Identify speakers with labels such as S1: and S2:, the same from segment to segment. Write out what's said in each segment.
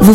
S1: Vous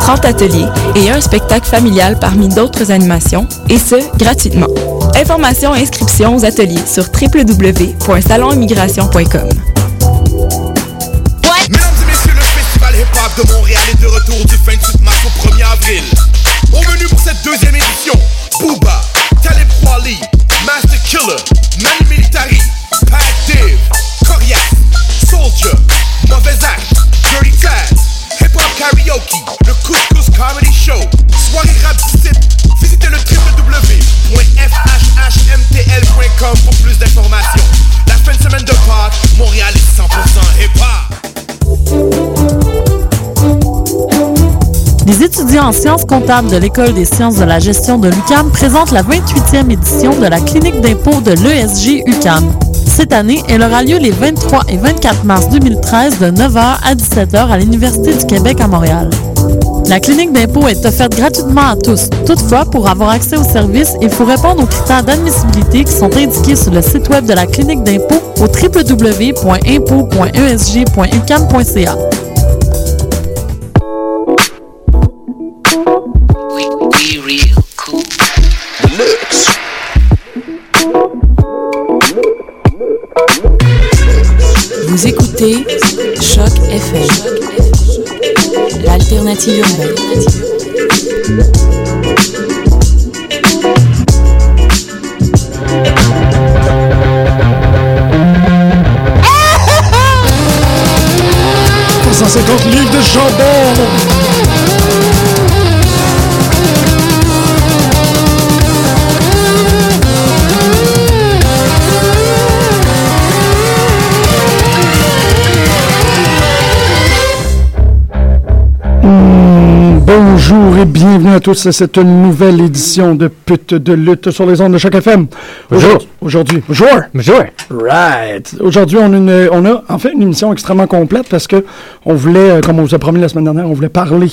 S1: 30 ateliers et un spectacle familial parmi d'autres animations, et ce, gratuitement. Informations et inscriptions aux ateliers sur www.salonimmigration.com.
S2: Mesdames et messieurs, le Festival Hip Hop de Montréal est de retour du 28 mars au 1er avril. Au menu pour cette deuxième édition, Booba, Talib Kweli, Master Killer, Manu Militari, Pat Div, Coriace, Soldier, Mauvais Act, Dirty Taz, Hip Hop Karaoke, le Couscous Comedy Show, Soirée Rap Disciple. Visitez le www.fhhmtl.com pour plus d'informations. La fin de semaine de Pâques, Montréal est 100% hip hop.
S3: Les étudiants en sciences comptables de l'École des sciences de la gestion de l'UCAM présentent la 28e édition de la clinique d'impôt de l'ESG UCAM. Cette année, elle aura lieu les 23 et 24 mars 2013 de 9h à 17h à l'Université du Québec à Montréal. La clinique d'impôt est offerte gratuitement à tous. Toutefois, pour avoir accès au service, il faut répondre aux critères d'admissibilité qui sont indiqués sur le site web de la clinique d'impôt au E www.impôt.esg.ucam.ca.
S4: Vous écoutez Choc FM, l'alternative urbaine.
S5: Pour 150 livres de chandelle. Mm, Bonjour et bienvenue à tous à cette nouvelle édition de Pute de lutte sur les ondes de chaque FM.
S6: Bonjour.
S5: Aujourd'hui, bonjour.
S6: Bonjour.
S5: Right. Aujourd'hui, on, a une- on a en fait une émission extrêmement complète parce que on voulait, euh, comme on vous a promis la semaine dernière, on voulait parler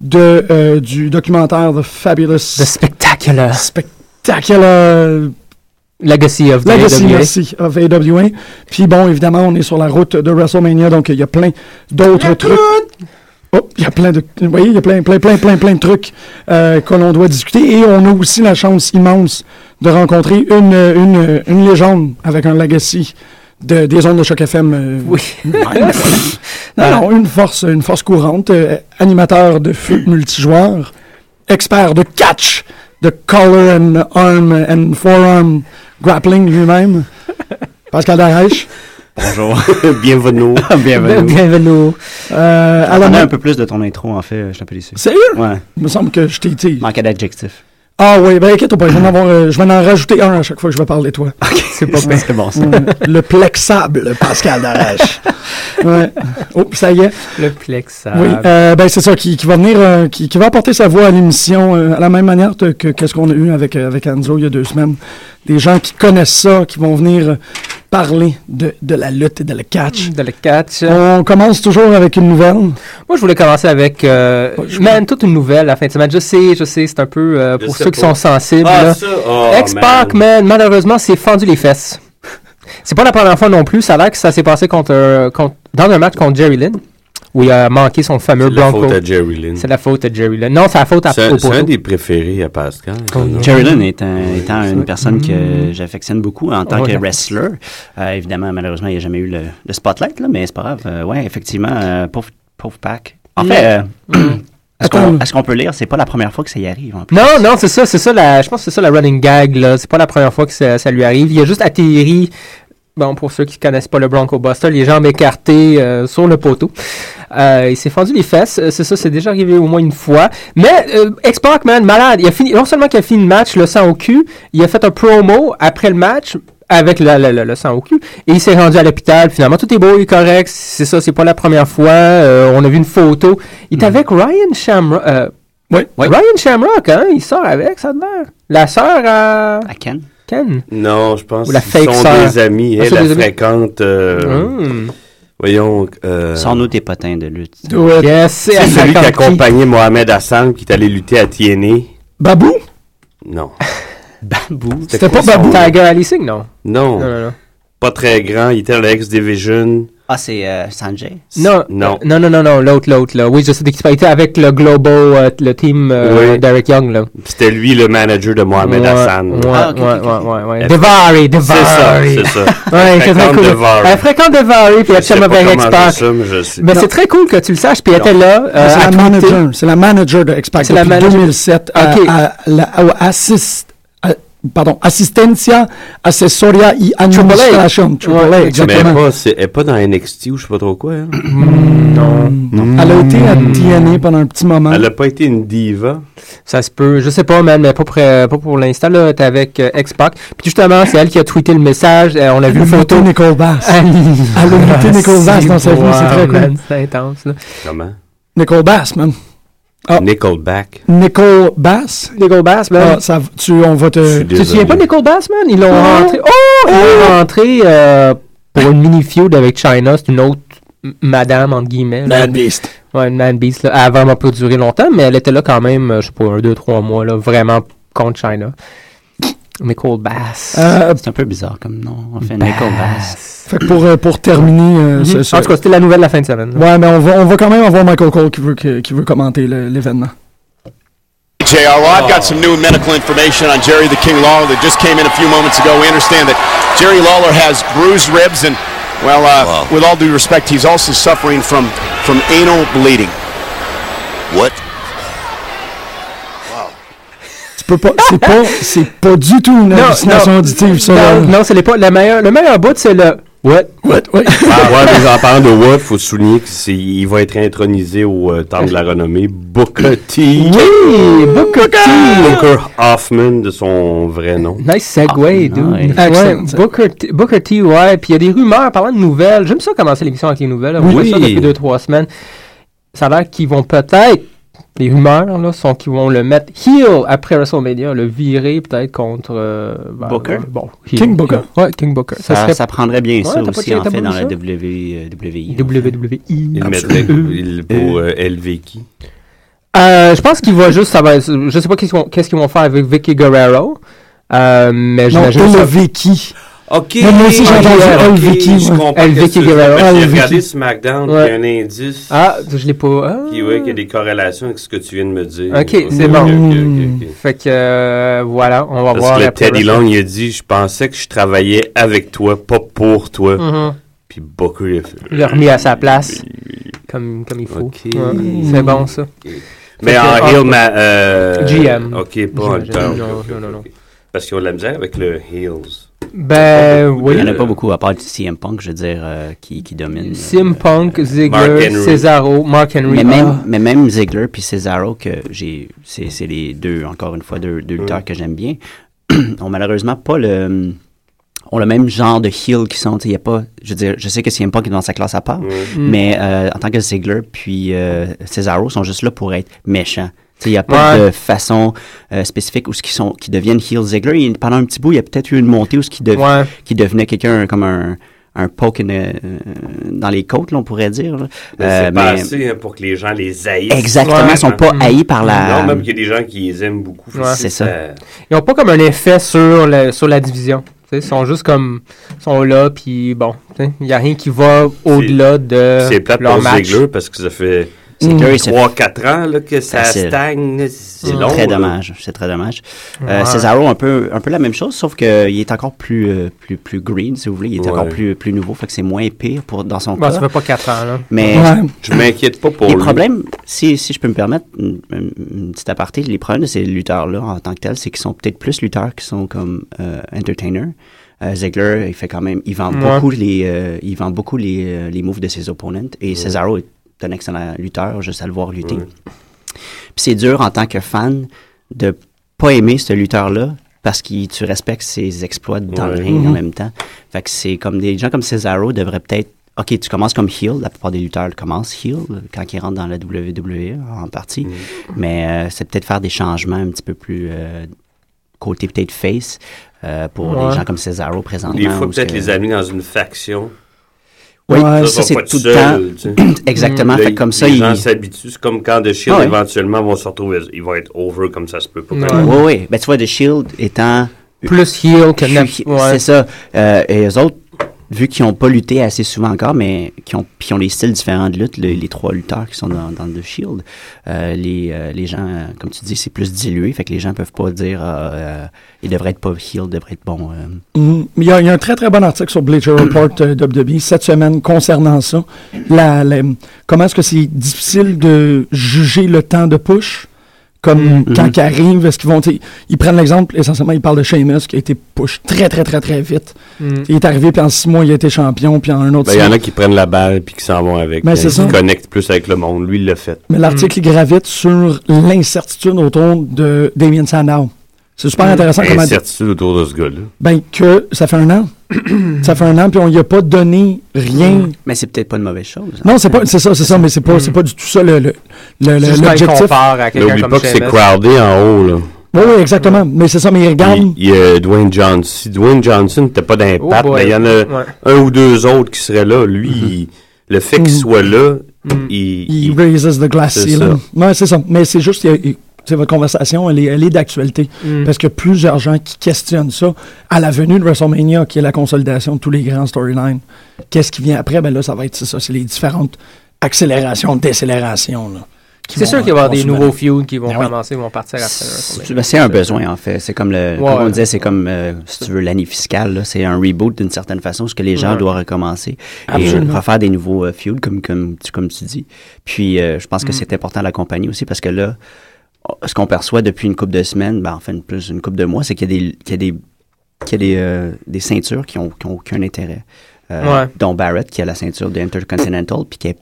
S5: de, euh, du documentaire The Fabulous
S6: The Spectacular
S5: Spectacular
S6: Legacy of the
S5: Legacy,
S6: AWA.
S5: merci, of AWA. Puis bon, évidemment, on est sur la route de WrestleMania, donc il y a plein d'autres trucs. Oh, il y a plein de, vous voyez, il y a plein, plein, plein, plein, plein de trucs euh, que l'on doit discuter. Et on a aussi la chance immense de rencontrer une, euh, une, euh, une légende avec un legacy de, des ondes de choc FM. euh,
S6: Oui.
S5: non,
S7: Euh,
S5: non, une force, une force courante, euh, animateur de foot
S7: Hmm.
S5: multijoueur, expert de catch, de collar and arm and forearm grappling lui-même, Pascal Darèche.
S7: Bonjour. Bienvenue. Bienvenue.
S6: Bienvenue.
S5: Euh, à la
S7: On a
S5: main-
S7: un peu plus de ton intro, en fait, je t'appelle ici.
S5: Sérieux?
S7: Ouais.
S5: Il me semble que je t'ai dit.
S7: Manque d'adjectifs.
S5: Ah oui, ben inquiète pas, je vais, en avoir, euh, je vais en rajouter un à chaque fois que je vais parler de toi.
S7: C'est pas bien. C'est bon, ça.
S5: Le plexable, Mm. Pascal Darèche. ouais. Oh, ça y est.
S6: Le plex.
S5: Oui, euh, ben c'est ça, qui, qui va venir, euh, qui, qui va apporter sa voix à l'émission euh, à la même manière que que- qu'est-ce qu'on a eu avec, euh, avec Anzo il y a deux semaines. Des gens qui connaissent ça, qui vont venir euh, parler de, de la lutte et de la catch.
S8: euh,
S6: de le catch.
S5: On commence toujours avec une nouvelle.
S6: Moi, je voulais commencer avec, euh,
S5: Ouais, je-
S6: man, toute une nouvelle la fin de semaine. Je sais, je sais, c'est un peu euh,
S8: Je
S6: pour
S8: sais
S6: ceux qui
S8: pas.
S6: sont sensibles. là.
S8: Ah, ça! Oh,
S6: X-Pac,
S8: man.
S6: man, malheureusement, s'est fendu les fesses. C'est pas la première fois non plus. Ça a l'air que ça s'est passé contre, euh, contre- dans un match contre Jerry Lynn, où il a manqué son fameux
S8: C'est la
S6: Bronco.
S8: faute à Jerry Lynn.
S6: C'est la faute à Jerry Lynn. Non, c'est la faute à
S8: C'est
S6: au
S8: un, c'est un
S6: poteau.
S8: des préférés à Pascal.
S6: Oh,
S7: Jerry Lynn est un- étant une personne que j'affectionne beaucoup en tant
S6: Ouais.
S7: que wrestler. Euh, évidemment, malheureusement, il n'y a jamais eu le, le spotlight, là, mais c'est pas grave. Euh, ouais, effectivement, euh, pauvre, pauvre Pac. En fait, euh, est-ce qu'on est-ce qu'on peut lire? C'est pas la première fois que ça y arrive. En plus.
S6: Non, non, c'est ça, c'est ça, la, je pense que c'est ça la running gag, là. C'est pas la première fois que ça, ça lui arrive. Il a juste atterri, bon, pour ceux qui connaissent pas le Bronco Buster, les jambes écartées euh, sur le poteau. Euh, il s'est fendu les fesses, euh, c'est ça, c'est déjà arrivé au moins une fois. Mais, euh, X-Pac, man, malade, il a fini, non seulement qu'il a fini le match, le sang au cul, il a fait un promo après le match, avec le, le, le- le sang au cul. Et il s'est rendu à l'hôpital. Finalement, tout est beau, il est correct. C'est ça, c'est pas la première fois. Euh, on a vu une photo. Il était avec Ryan Shamrock.
S5: Oui.
S7: Oui.
S6: Ryan Shamrock, hein, il sort avec, ça de l'air. La sœur à
S7: À Ken.
S6: Ken.
S8: Non, je pense
S6: Ou la
S8: qu'ils sont
S6: fake sœur.
S8: des amis.
S6: Ah,
S8: Elle,
S6: c'est
S8: la
S6: des amis.
S8: fréquente. euh,
S6: Hmm.
S8: Voyons. euh,
S7: Sans-nous tes potins de lutte.
S5: Do it.
S6: Yes, c'est
S8: C'est
S6: elle
S8: celui qui
S6: raconte
S8: accompagnait Mohamed Hassan qui est allé lutter à TNA.
S5: Babou?
S8: Non.
S7: Babou.
S5: C'était pas
S8: quoi son-
S5: Babou?
S6: Tiger Ali Singh, non? Non,
S8: Non,
S6: non, non.
S8: pas très grand. Il était à la X-Division.
S7: Ah, c'est euh, Sanjay.
S6: Non, Euh,
S8: Non.
S6: non, non, non, non, l'autre, l'autre, là. Oui, je sais de qui tu parles. Il était avec le Global, euh, le team euh,
S8: Oui.
S6: Derek Young, là.
S8: C'était lui le manager de Mohamed
S6: Ouais,
S8: Hassan.
S6: Ouais,
S7: Ah, ok,
S6: ouais,
S7: ok, ok.
S6: ouais, ouais, ouais.
S8: Elle-
S6: Devari,
S8: C'est ça,
S6: Devari.
S8: c'est ça.
S6: Ouais, c'est très
S8: Fréquente
S6: cool.
S8: de Var.
S6: Elle Euh, fréquente Devari, puis
S8: Je
S6: elle
S8: sais
S6: chum
S8: pas
S6: avec
S8: comment dire
S6: X-Pac.
S8: ça, mais je sais.
S6: Mais c'est très cool que tu le saches, puis elle était là. euh,
S5: c'est
S6: à
S5: la
S6: tweeter.
S5: manager. C'est la manager de X-Pac
S6: C'est
S5: depuis
S6: la manager.
S5: 2007. à-
S6: Ok.
S5: à- la- au assist- à- pardon, Assistencia Assessoria y Administration. Triple A,
S6: Ouais, mais
S8: Mais elle est
S5: exactement.
S8: pas, c'est- elle est pas dans NXT ou je sais pas trop quoi. hein.
S5: Elle a été à
S6: mm.
S5: TNA pendant un petit moment.
S8: Elle a pas été une diva.
S6: Ça se peut, je sais pas, man, mais pas pour, euh, pas pour l'instant, là. Elle était avec euh, X-Pac. Puis justement, c'est elle qui a tweeté le message. euh, on a vu
S5: Elle
S6: une
S5: a
S6: photo. Ah,
S5: lutté Nicole Bass. Elle a lutté Nicole Bass dans sa vie, c'est très cool.
S6: C'est intense, là.
S8: Comment?
S5: Nicole Bass, man. Ah.
S8: Nickelback.
S5: Nicole Bass?
S6: Nicole Bass, man.
S5: Ah, ça, tu, on va
S8: Je suis
S5: te...
S6: Euh, Tu te souviens
S8: désolé.
S6: pas de Nicole Bassman? Ils l'ont
S5: Non.
S6: rentré. Oh! Ils l'ont rentré euh, pour une mini-feud avec China. C'est une autre m- madame, entre guillemets. là.
S5: Beast.
S6: Ouais, une man beast. Là. Elle a vraiment pas duré longtemps, mais elle était là quand même, euh, je sais pas, un, deux, trois mois, là, vraiment contre China. Nicole Bass.
S5: Euh,
S7: C'est un peu bizarre comme nom. On fait Nicole Bass.
S5: fait que pour, euh, pour terminer... euh, ce- ce-
S6: Mm-hmm. En tout cas, c'était la nouvelle de la fin de semaine. là.
S5: Ouais, mais on va, on va quand même avoir Michael Cole qui veut, qui, qui veut commenter le- l'événement.
S9: JR, well, I've got some new medical information on Jerry the King Lawler that just came in a few moments ago. We understand that Jerry Lawler has bruised ribs and, well, uh, with all due respect, he's also suffering from, from anal bleeding.
S10: What?
S5: Tu peux pas... C'est pas, c'est pas du tout une
S6: Non,
S5: hallucination
S6: non.
S5: auditive, ça.
S6: Non,
S5: là.
S6: non, c'est pas la meilleure, le meilleur bout, c'est le. What?
S5: Ouais, ouais.
S8: Ah ouais, mais en parlant de Wolf, faut souligner qu'il va être intronisé au euh, temple de la renommée Booker T.
S6: Oui! Booker T!
S8: Booker Hoffman de son vrai nom.
S6: Nice segue,
S8: Ah,
S6: dude.
S7: nice.
S6: Ouais,
S5: Excellent, ça.
S6: Booker, T, Booker T, ouais. Puis il y a des rumeurs parlant de nouvelles. J'aime ça commencer l'émission avec les nouvelles. là. On
S8: Oui.
S6: fait ça depuis deux, trois semaines. Ça a l'air qu'ils vont peut-être. Les rumeurs, là, sont qu'ils vont le mettre heel après WrestleMania, le virer peut-être contre. euh, ben,
S7: Booker?
S6: euh, bon, heel,
S5: King Booker.
S6: heel. Ouais, King Booker. Ça,
S8: Ah,
S7: Ça,
S6: serait
S7: ça prendrait bien ça
S6: t'as pas
S7: aussi,
S6: checké-
S7: en
S6: t'as
S7: fait,
S6: pas
S7: dans euh,
S6: vu
S7: la
S6: ça?
S7: WWE. WWE.
S6: WWE.
S8: Il le mettrait il- pour euh, LVQ.
S6: Euh, je pense qu'il va juste. Ça va, être- je sais pas qu'est-ce qu'ils vont- qu'est-ce qu'ils vont faire avec Vicky Guerrero. Euh, mais
S5: Non,
S6: j'imagine. que ça-
S5: le qui?
S8: OK.
S5: Mais moi aussi, j'ai entendu LVQ,
S8: Je
S5: ouais.
S8: comprends.
S6: LVQ
S8: qu'est-ce que
S6: Guerrero.
S8: c'est. J'ai
S6: LVQ.
S8: regardé SmackDown,
S6: Ouais.
S8: il y a un indice.
S6: Ah, je l'ai pas. ah.
S8: Qui, ouais, qui a des corrélations avec ce que tu viens de me dire.
S6: Ok, c'est bon.
S8: ok, ok, ok.
S6: Fait que euh, voilà, on va voir.
S8: Mm. Parce que le
S6: après
S8: Teddy
S6: WrestleMania.
S8: Long, il a dit Je pensais que je travaillais avec toi, pas pour toi.
S6: Mhm.
S8: Puis Booker, il a fait.
S6: Il l'a remis à sa place, comme, comme il faut.
S8: Ok.
S6: Ouais, C'est bon, ça.
S8: Mais
S6: Fait
S8: en
S6: que-
S8: heel,
S6: ah,
S8: ma, euh,
S6: GM.
S8: OK, pas en
S6: J'imagine.
S8: temps.
S6: Non,
S8: ok,
S6: non,
S8: ok,
S6: non, non.
S8: ok. Parce qu'ils ont de la misère avec le heels.
S6: Ben
S7: Il n'y en
S6: oui.
S7: a pas beaucoup, à part du CM Punk, je veux dire, euh, qui, qui domine.
S6: Sim Punk,
S8: Mark
S6: Ziggler,
S8: Henry.
S6: Cesaro, Mark Henry.
S7: Mais
S6: Ah.
S7: même, mais même Ziggler puis Cesaro, que j'ai, c'est, c'est les deux, encore une fois, deux, deux
S6: Mm.
S7: lutteurs que j'aime bien, ont malheureusement pas le, ont le même genre de heel qui sont. tu sais, Il y a pas, je veux dire, je sais que CM Punk est dans sa classe à part,
S6: Mm.
S7: mais euh, en tant que Ziggler puis euh, Cesaro sont juste là pour être méchants. Tu sais, Il n'y a pas
S6: Ouais.
S7: de façon euh, spécifique où ce qu'ils sont, qui deviennent heel Ziggler. Il- pendant un petit bout, il y a peut-être eu une montée où ce qui dev-
S6: Ah. Ouais.
S7: qui devenait quelqu'un comme un, un poke in the- euh, dans les côtes, là, on pourrait dire. là.
S8: Mais
S7: Euh,
S8: c'est
S7: mais-
S8: pas assez hein, pour que les gens les haïssent.
S7: Exactement, ils sont
S6: Mhm.
S7: pas haïs par la. Mm.
S8: Non, même qu'il y a des gens qui les aiment beaucoup. Euh,
S6: Ouais.
S7: C'est ça.
S6: Ils ont pas comme un effet sur, le- sur la division. Tu sais, Ils sont juste comme. Ils sont là, puis bon. Il n'y a rien qui va au-delà de
S8: C'est plate
S6: leur
S8: pour
S6: match.
S8: Ziegler parce que ça fait Mm.
S7: Ziggler, il se-
S8: 3-4 ans là, que ça
S7: Facile.
S8: stagne. C'est
S7: c'est
S8: long.
S7: très
S8: là.
S7: dommage. C'est très dommage. Euh, Cesaro, un peu, un peu la même chose, sauf qu'il est encore plus, euh, plus, plus green, si vous voulez. Il est
S8: Ouais.
S7: encore plus, plus nouveau, fait que c'est moins pire pour, dans son
S6: Bon,
S7: cas.
S6: Bah, ça fait pas 4 ans, là.
S7: Mais
S5: Ouais.
S8: Je m'inquiète pas pour
S7: les
S8: lui.
S7: problèmes, si, si je peux me permettre, une, une- une petite aparté, les problèmes de ces lutteurs-là en tant que tels, c'est qu'ils sont peut-être plus lutteurs qui sont comme euh, entertainers. Euh, Ziegler, il fait quand même, il vend
S6: Ouais.
S7: beaucoup les, euh, il vend beaucoup les, euh, les moves de ses opponents. Et Cesaro est un excellent lutteur, juste à le voir lutter. Puis c'est dur en tant que fan de pas aimer ce lutteur-là parce que tu respectes ses exploits dans le
S8: Ouais.
S7: ring en même temps. Fait que c'est comme des gens comme Cesaro devraient peut-être OK, tu commences comme heel. La plupart des lutteurs commencent heel quand ils rentrent dans la WWE en partie.
S8: Mhm.
S7: Mais euh, c'est peut-être faire des changements un petit peu plus euh, côté peut-être face euh, pour
S6: Ouais.
S7: des gens comme Cesaro présentement.
S8: Des fois,
S7: où
S8: peut-être
S7: que-
S8: les amener dans une faction.
S7: Oui,
S5: Ouais,
S7: ça,
S8: va
S7: c'est
S8: pas
S7: tout le temps.
S8: seul, tu sais.
S7: Exactement.
S8: Là,
S7: fait que comme ça,
S8: les
S7: ils-
S8: gens s'habituent. C'est comme quand The Shield,
S7: Ah ouais.
S8: éventuellement, vont se retrouver. Ils vont être over comme ça se peut pas.
S6: Ouais.
S8: Comme-
S7: Oui, oui. Ben, tu vois, The Shield étant.
S6: Plus heel que
S7: Je suis-
S6: n'importe- ouais.
S7: C'est ça. Euh, et eux autres, vu qu'ils n'ont pas lutté assez souvent encore, mais qui ont, puis ils ont des styles différents de lutte, les, les trois lutteurs qui sont dans, dans The Shield, euh, les, euh, les gens, euh, comme tu dis, c'est plus dilué, fait que les gens peuvent pas dire ah, euh, il devrait être pas heel, il devrait être bon. euh.
S5: Mhm. Il y, a, il y a un très, très bon article sur Bleacher Report euh, WWE cette semaine concernant ça. La- la- comment est-ce que c'est difficile de juger le temps de push? Comme
S8: Mm-hmm.
S5: quand ils arrivent, est-ce qu'ils vont... tu sais, Ils prennent l'exemple, essentiellement, ils parlent de Sheamus qui a été push très, très, très, très vite. Il est arrivé, puis en six mois, il a été champion, puis en un autre...
S8: Mm. Ben, il y
S5: six
S8: en
S5: mois.
S8: a qui prennent la balle puis qui s'en vont avec.
S5: Ben,
S8: Ils
S5: c'est ça.
S8: connectent plus avec le monde. Lui, il l'a fait.
S5: Mais l'article il gravite sur l'incertitude autour de Damien Sandow. C'est super
S8: Mm.
S5: intéressant comment...
S8: Incertitude autour de ce gars-là.
S5: Ben, que ça fait un an. ça fait un an, puis on n'y a pas donné rien
S8: Mm.
S7: Mais c'est peut-être pas une mauvaise chose. hein.
S5: Non, c'est pas, c'est ça, c'est ça, mais c'est pas, c'est pas du tout ça le, le, le- le-
S6: Juste quand il
S5: l'objectif.
S6: compare à quelqu'un
S8: N'oublie
S6: comme
S8: pas que c'est
S6: Sheamus.
S8: crowdé en haut, là.
S5: Oui, oui, exactement. Mais c'est ça, mais il regarde.
S8: Il il y a Dwayne Johnson. Dwayne Johnson n'était pas
S6: Oh
S8: d'impact,
S6: boy.
S8: mais il y en a
S6: Ouais.
S8: un ou deux autres qui seraient là. Lui, il- le fait qu'il soit là, il,
S5: Il,
S8: il-
S5: raises the glass
S8: C'est
S5: ceiling. Non, c'est ça. Mais c'est juste, il y a- il- c'est votre conversation, elle est, elle est d'actualité. Parce que plusieurs gens qui questionnent ça à la venue de WrestleMania, qui est la consolidation de tous les grands storylines. Qu'est-ce qui vient après? Ben là, ça va être c'est ça. C'est les différentes accélérations, décélérations. là, qui
S6: C'est
S5: vont-
S6: sûr qu'il va y avoir
S5: vont
S6: des
S5: se mettre.
S6: nouveaux feuds qui vont
S5: Ben oui.
S6: commencer, vont partir après.
S7: C'est ben, c'est un besoin, en fait. C'est comme le. comme on disait, c'est comme, euh, si tu veux, l'année fiscale. là. C'est un reboot d'une certaine façon, ce que les gens doivent recommencer
S5: Absolument.
S7: et refaire des nouveaux euh, fuels, comme, comme, tu, comme tu dis. Puis, euh, je pense
S6: Mm.
S7: que c'est important à la compagnie aussi parce que là, oh, ce qu'on perçoit depuis une couple de semaines, ben, enfin, plus une couple de mois, c'est qu'il y a des, qu'il y a des, qu'il y a des, euh, des ceintures qui n'ont qui ont aucun intérêt. Euh,
S6: Ouais.
S7: Dont Barrett, qui a la ceinture de Intercontinental, puis qui est-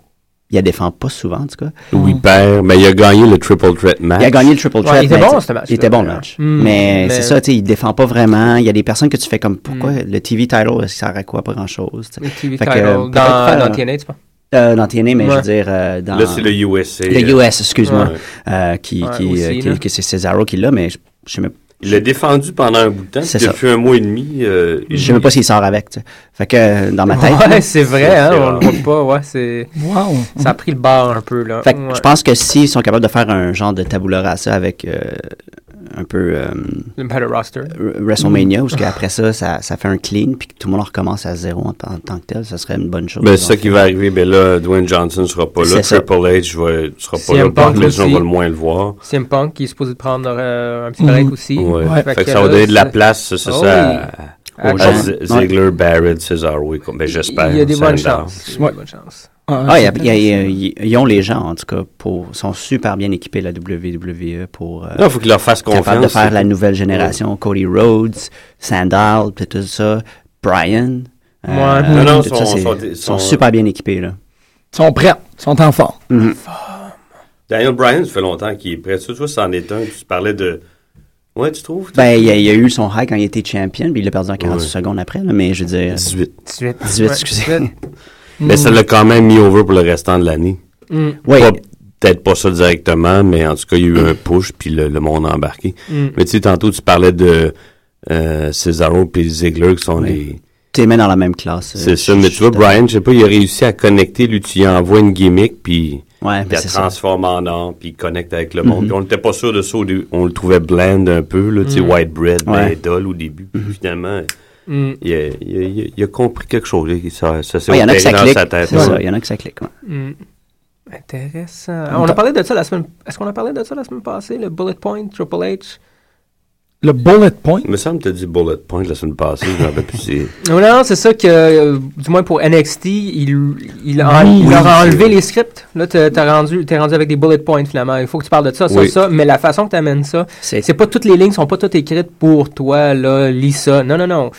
S7: il la défend pas souvent, en tout cas.
S8: oui, il perd, mais il a gagné le Triple Threat match.
S7: Il a gagné le triple threat.
S6: Ouais, il était
S7: mais
S6: bon,
S7: tu sais,
S6: ce match-là.
S7: Il était bon le match.
S6: Mm,
S7: mais
S6: mais- Hmm.
S7: c'est ça, tu sais, il défend pas vraiment. Il y a des personnes que tu fais comme pourquoi le TV title, est-ce que ça sert à quoi pas grand chose.
S6: Le TV title
S7: euh,
S8: euh,
S6: dans, dans TNA, tu vois.
S7: dans TNA, mais je
S6: Ouais.
S7: veux dire euh, dans
S8: Là, c'est le USA.
S7: le US, excuse-moi,
S8: Ouais.
S7: euh, qui,
S6: Ouais,
S7: qui,
S6: aussi,
S7: euh, qui-
S6: là.
S7: que c'est Cesaro qui l'a, mais je, je sais même,
S8: Il l'a défendu pendant un bout de temps.
S7: C'est
S8: puis
S7: ça. Mm.
S8: Depuis un mois et demi, euh,
S7: je sais même pas s'il sort avec. tu sais. Fait que euh, dans ma tête.
S6: Ouais, c'est vrai, hein,
S8: C'est
S6: on le voit pas, ouais, c'est...
S5: Wow.
S6: Ça a pris le bar un peu, là.
S7: Fait que
S6: Ouais.
S7: je pense que s'ils sont capables de faire un genre de tabula rasa avec euh, un peu euh,
S6: Le Battle Roster.
S7: WrestleMania, parce qu'après ça, ça, ça fait un clean, puis que tout le monde recommence à zéro en, en tant que tel, ça serait une bonne chose.
S8: ben, c'est ça
S7: Donc,
S8: qui va arriver. Ben là, Dwayne Johnson sera pas là.
S7: C'est ça.
S8: Triple H va, sera pas
S6: CM
S8: là.
S6: Punk
S8: Donc, les gens
S6: aussi.
S8: vont le moins le voir.
S6: CM Punk qui est supposé de prendre euh, un petit break aussi.
S8: Mhm. Ouais.
S5: Ouais.
S8: Fait, que ça va donner de la
S6: ça-
S8: place, c'est
S6: Oh,
S8: ça, à,
S6: aux
S8: à
S6: gens.
S8: Z- Ziggler, Barrett, Cesaro. et com- Ben, j'espère.
S6: Il y a des bonnes
S8: Sandow.
S6: chances. Il y a des bonnes chances.
S7: Ah, il y a- il y a- il y a- il- ils ont les gens, en tout cas, pour, sont super bien équipés, la WWE, pour euh,
S8: Non, il Ah, faut qu'il leur fasse
S7: être capable de
S8: confiance.
S7: faire la nouvelle génération. Cody Rhodes, Sandal, puis tout ça, Brian.
S6: Ouais.
S8: Non, non,
S7: tout
S8: sont-
S7: ça, c'est-
S8: sont-
S7: ils sont,
S8: sont- euh,
S7: super bien équipés, là.
S5: Ils sont prêts, ils sont en forme.
S8: Daniel Bryan, ça fait longtemps qu'il est prêt. Tu vois, c'en est un. Tu parlais de. Ouais, tu trouves?
S7: Ben, il y a, il y a eu son high quand il était champion, puis il l'a perdu en 48
S8: Ouais.
S7: secondes après, là, mais je veux dire...
S8: 18.
S6: 18.
S7: 18, excusez.
S8: Mais Ben, ça l'a quand même mis over pour le restant de l'année.
S7: Oui,
S8: Pas- Peut-être pas ça directement, mais en tout cas, il y a eu un push, puis le, le monde a embarqué.
S7: Mm.
S8: Mais tu sais, tantôt, tu parlais de euh, Cesaro et Ziggler, qui sont des...
S7: t'es même dans la même classe. euh,
S8: C'est ça,
S7: je-
S8: mais
S7: je-
S8: tu vois, Brian, je sais pas, il a réussi à connecter, lui, tu y envoies une gimmick, puis
S7: Ouais,
S8: il
S7: ben,
S8: la
S7: c'est ça. Mm-hmm.
S8: transforme en or, puis il connecte avec le monde. Puis on n'était pas sûr de ça au début. On le trouvait bland un peu, là, tu sais, white bread,
S7: Mm. Ouais. Mm-hmm. Mm.
S8: ben, dull au début. Puis finalement, il, a, il a- il a- il a compris quelque chose. là, Ça, ça s'est
S7: Ouais, Il y en a que
S8: opéré
S7: ça
S8: dans
S7: clique.
S8: sa tête.
S7: C'est
S8: ouais.
S7: ça, il y en a que ça clique. ouais.
S6: Intéressant. On a parlé de ça la semaine... Est-ce qu'on a parlé de ça la semaine passée, le Bullet Point, Triple H?
S5: Le bullet point.
S8: Il me semble que tu as dit bullet point la semaine passée, je m'en rappelle plus. c'est-
S6: Non, non, c'est ça que, euh, du moins pour NXT, il, il, a-
S5: Oui.
S6: il leur a enlevé les scripts. Là, t'as t'as rendu, t'es rendu avec des bullet points finalement. Il faut que tu parles de ça, ça,
S8: Oui.
S6: ça. Mais la façon que tu amènes ça,
S7: C'est-
S6: c'est pas toutes les lignes sont pas toutes écrites pour toi, là, lis ça. Non, non, non.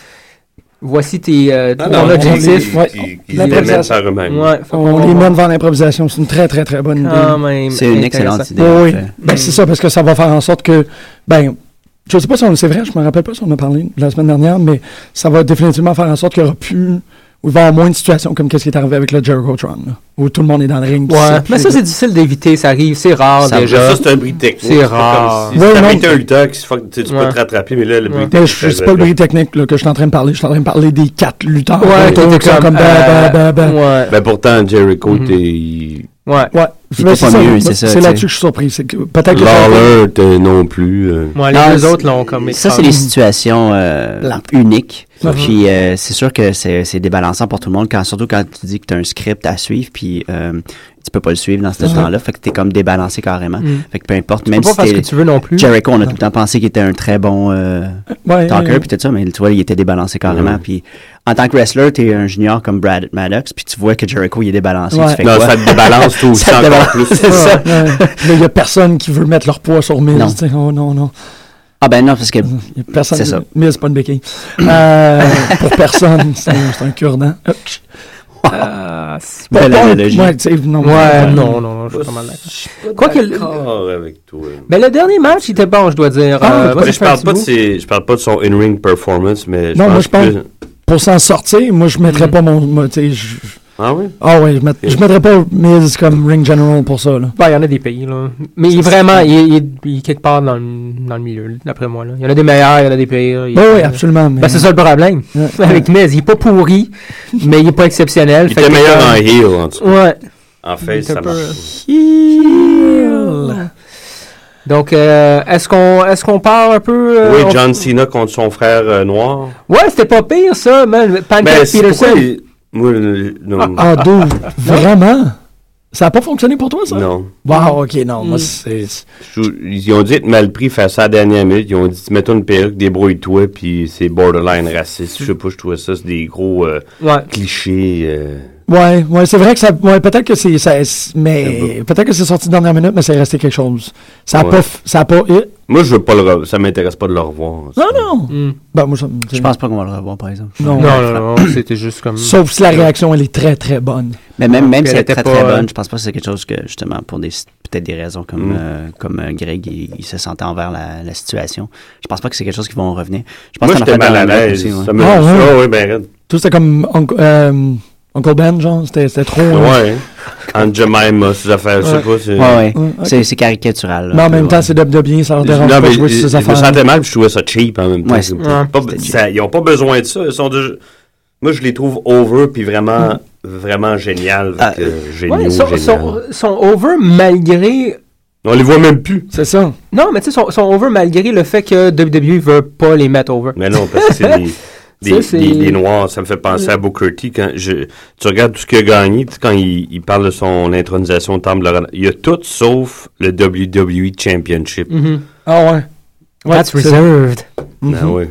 S6: Voici tes, euh,
S8: Ah,
S6: ton
S8: non,
S6: objectif.
S8: ils-
S5: ouais.
S8: ils-
S5: La
S8: Ils les mettent
S5: présentation.
S8: par eux-mêmes.
S6: Ouais, faut
S5: On
S6: qu'on
S5: les
S6: voit
S5: mène vers l'improvisation. C'est une très, très, très bonne idée.
S6: quand même
S7: C'est une
S6: intéressant.
S7: excellente idée.
S5: Oui,
S7: en
S5: oui.
S7: fait.
S5: Ben, c'est ça, parce que ça va faire en sorte que, ben, je sais pas si on c'est vrai, je me rappelle pas si on en a parlé la semaine dernière, mais ça va définitivement faire en sorte qu'il n'y aura plus il va y avoir moins de situations comme qu'est-ce qui est arrivé avec le Jericho Tron, là, où tout le monde est dans le ring. puis
S6: Ouais,
S5: c'est-
S6: mais ça, c'est difficile d'éviter, ça arrive, c'est rare
S8: Ça,
S6: déjà.
S8: ça, c'est un britannique.
S6: C'est
S8: pas
S6: rare.
S8: comme Si, si
S5: Ouais,
S8: t'avais
S5: non.
S8: été un lutteur qui se fuck, tu sais, tu
S6: Ouais.
S8: peux te rattraper, mais là,
S6: Ouais.
S8: le
S6: Ben,
S5: Mais
S8: britannique.
S5: je- C'est pas le bruit technique là, que je suis en train de parler. Je suis en train de parler des quatre lutteurs.
S6: Ouais,
S5: autour
S6: t'es
S5: qui sont
S6: comme,
S5: comme bah, bah, bah, bah.
S6: euh, ouais,
S8: Ben pourtant, Jericho,
S6: Mhm.
S8: t'es. il-
S6: ouais,
S8: bah,
S5: Ouais,
S7: Il
S5: mais
S7: était
S5: c'est
S7: pas
S5: ça.
S7: mieux,
S5: Moi,
S7: c'est ça,
S5: C'est là-dessus
S7: tu sais.
S5: que je suis surpris. C'est que Peut-être que
S8: Lawler, t'es non plus. euh,
S6: Ouais,
S7: Non,
S6: les deux
S7: c'est-
S6: autres l'ont comme
S7: Ça, c'est des situations euh, uniques.
S6: Mm-hmm.
S7: Puis euh, c'est sûr que c'est c'est débalançant pour tout le monde, quand, surtout quand tu dis que tu as un script à suivre, puis euh, tu peux pas le suivre dans ce temps-là. Fait que tu es comme débalancé carrément.
S6: Mm-hmm. Mm.
S7: Fait que peu
S6: Tu
S7: importe,
S6: peux
S7: même
S6: pas
S7: si
S6: faire ce que
S7: t'es-
S6: tu veux non plus.
S7: Jericho, on a tout le temps pensé qu'il était un très bon euh,
S5: Ouais,
S7: talker,
S5: ouais.
S7: puis tout ça, mais tu vois, il était débalancé carrément.
S8: Ouais.
S7: Puis en tant que wrestler, tu es un junior comme Brad Maddox, puis tu vois que Jericho, il est débalancé.
S5: Ouais.
S7: Tu fais
S8: Non,
S7: quoi?
S8: ça te débalance tout aussi
S7: Ça te
S8: encore
S7: débalance.
S8: plus.
S7: C'est ça.
S5: Ouais, ouais. Mais il n'y a personne qui veut mettre leur poids sur Mills.
S7: Non.
S5: tu sais. Oh non, non.
S7: Ah ben non, parce que
S5: Il y a personne.
S7: C'est ça.
S5: Mills, c'est pas une béquille. Euh, pour personne, c'est un, c'est un cure-dent. Euh,
S6: Ah, c'est-
S7: Belle
S5: pour-
S7: analogie.
S5: Ouais, tu sais, non,
S6: Ouais,
S5: ouais.
S6: non, non, non, je suis pas mal
S8: Je
S6: d'accord.
S8: suis pas
S6: Quoi que le-
S8: d'accord avec toi.
S6: Mais le dernier match, il était bon, je dois dire.
S5: Ah,
S6: Euh,
S5: mais
S6: moi, ça
S8: Mais je
S6: fait un
S8: parle
S6: petit
S8: pas de
S6: bout.
S8: ses- je parle pas de son in-ring performance, mais je
S5: Non,
S8: pense
S5: moi, je
S8: que-
S5: pense- Pour s'en sortir, moi, je mettrais pas mon. moi, tu sais, je-
S8: Ah oui?
S5: Ah ouais, je, met- je mettrais pas Mills comme ring general pour ça. Là.
S6: Ben, il y en a des pays, là. Mais il est vraiment, il est, il est- il est quelque part dans le, dans le milieu, là, d'après moi, là. Il y en a des meilleurs, il y en a des pires. il-
S5: Oui, oui,
S6: euh,
S5: absolument. Mais...
S6: Ben, c'est ça le problème.
S5: Ouais.
S6: Avec Miz, il est pas pourri, mais il est pas exceptionnel.
S8: Il
S6: Fait
S8: était
S6: que,
S8: meilleur en
S6: euh,
S8: heel, en tout cas.
S6: Ouais.
S8: En
S6: Il
S8: face,
S6: était
S8: ça
S6: pas-
S8: marche.
S6: Donc, euh, est-ce qu'on est-ce qu'on part un peu... euh,
S8: Oui,
S6: on-
S8: John Cena contre son frère euh, noir.
S6: Ouais, c'était pas pire, ça, man.
S8: Ben,
S6: Pancake
S8: c'est pourquoi
S6: Peterson.
S8: il- Moi, le- non.
S5: Ah, dude, vraiment? Ça n'a pas fonctionné pour toi, ça?
S8: Non.
S5: Wow, ok, non. Moi, c'est. c'est-
S8: Je- Ils ont dit être mal pris face à la dernière minute. Ils ont dit mets-toi une perruque, débrouille-toi, puis c'est borderline raciste. Je sais pas, je trouvais ça, c'est des gros euh,
S6: Ouais.
S8: clichés. euh.
S5: Ouais, ouais, c'est vrai que ça. Ouais, peut-être que c'est. ça- c'est- mais. Peut-être que c'est sorti de dernière minute, mais c'est resté quelque chose. Ça n'a
S8: Ouais.
S5: pas. f- Ça a pas. eh,
S8: Moi, je veux pas le re- Ça m'intéresse pas de le revoir.
S5: Non, non!
S6: Mm.
S5: Ben, moi, ça. me-
S7: je pense pas qu'on va le revoir, par exemple.
S5: Non.
S6: Non, non, non, c'était juste comme...
S5: Sauf si la réaction, elle est très, très bonne.
S7: Mais même, même
S6: Puis elle
S7: si elle est
S6: était
S7: très
S6: pas,
S7: très
S6: euh,
S7: bonne, je pense pas que c'est quelque chose que, justement, pour des peut-être des raisons comme,
S8: Mm.
S7: euh, comme euh, Greg, il, il se sentait envers la, la situation. Je pense pas que c'est quelque chose qui va en revenir. Je pense
S8: Moi,
S7: que c'est
S8: j'étais
S7: une affaire
S8: mal à
S7: de la
S8: l'aise.
S7: musique aussi,
S8: Ça
S7: ouais.
S8: me.
S5: Ah, ouais.
S8: Ah, ouais, ben, regarde.
S5: Tout c'était comme. Uncle, euh, Uncle Ben, genre. C'était c'était trop. euh,
S8: Ouais. En Jemima, ces affaires, je sais pas. c'est-
S7: Ouais, ouais.
S5: Ouais, ok.
S7: C'est- C'est caricatural. là,
S5: Mais
S7: un
S5: en
S7: peu,
S5: même
S7: ouais.
S5: temps, c'est de bien, ça leur dérange pas
S8: Non, mais
S5: de jouer
S8: je,
S5: sur ces
S8: je me
S5: affaires.
S8: sentais mal, puis je trouvais ça cheap en même temps.
S7: Ouais,
S8: C'est
S7: c'est-
S8: pas- pas-
S7: c'était
S8: ça- ils ont pas besoin de ça. Ils sont déjà- Moi, je les trouve over, puis vraiment, vraiment génial.
S7: Ah,
S8: géniaux,
S6: euh, Ouais, sont,
S8: génial.
S6: sont, sont over malgré
S8: On les voit même plus.
S5: C'est ça.
S6: Non, mais tu sais, sont, sont over malgré le fait que WWE veut pas les mettre over.
S8: Mais non, parce que c'est des, des,
S6: Ça, c'est-
S8: des- des Noirs. Ça me fait penser à Booker T. Quand je, tu regardes tout ce qu'il a gagné, tu sais, quand il, il parle de son intronisation au Temple Laurent, il y a tout sauf le WWE Championship.
S6: Mm-hmm.
S5: Ah, ouais. Ouais,
S6: That's
S5: c'est-
S6: reserved.
S8: Ah
S6: Mm-hmm.
S8: ouais.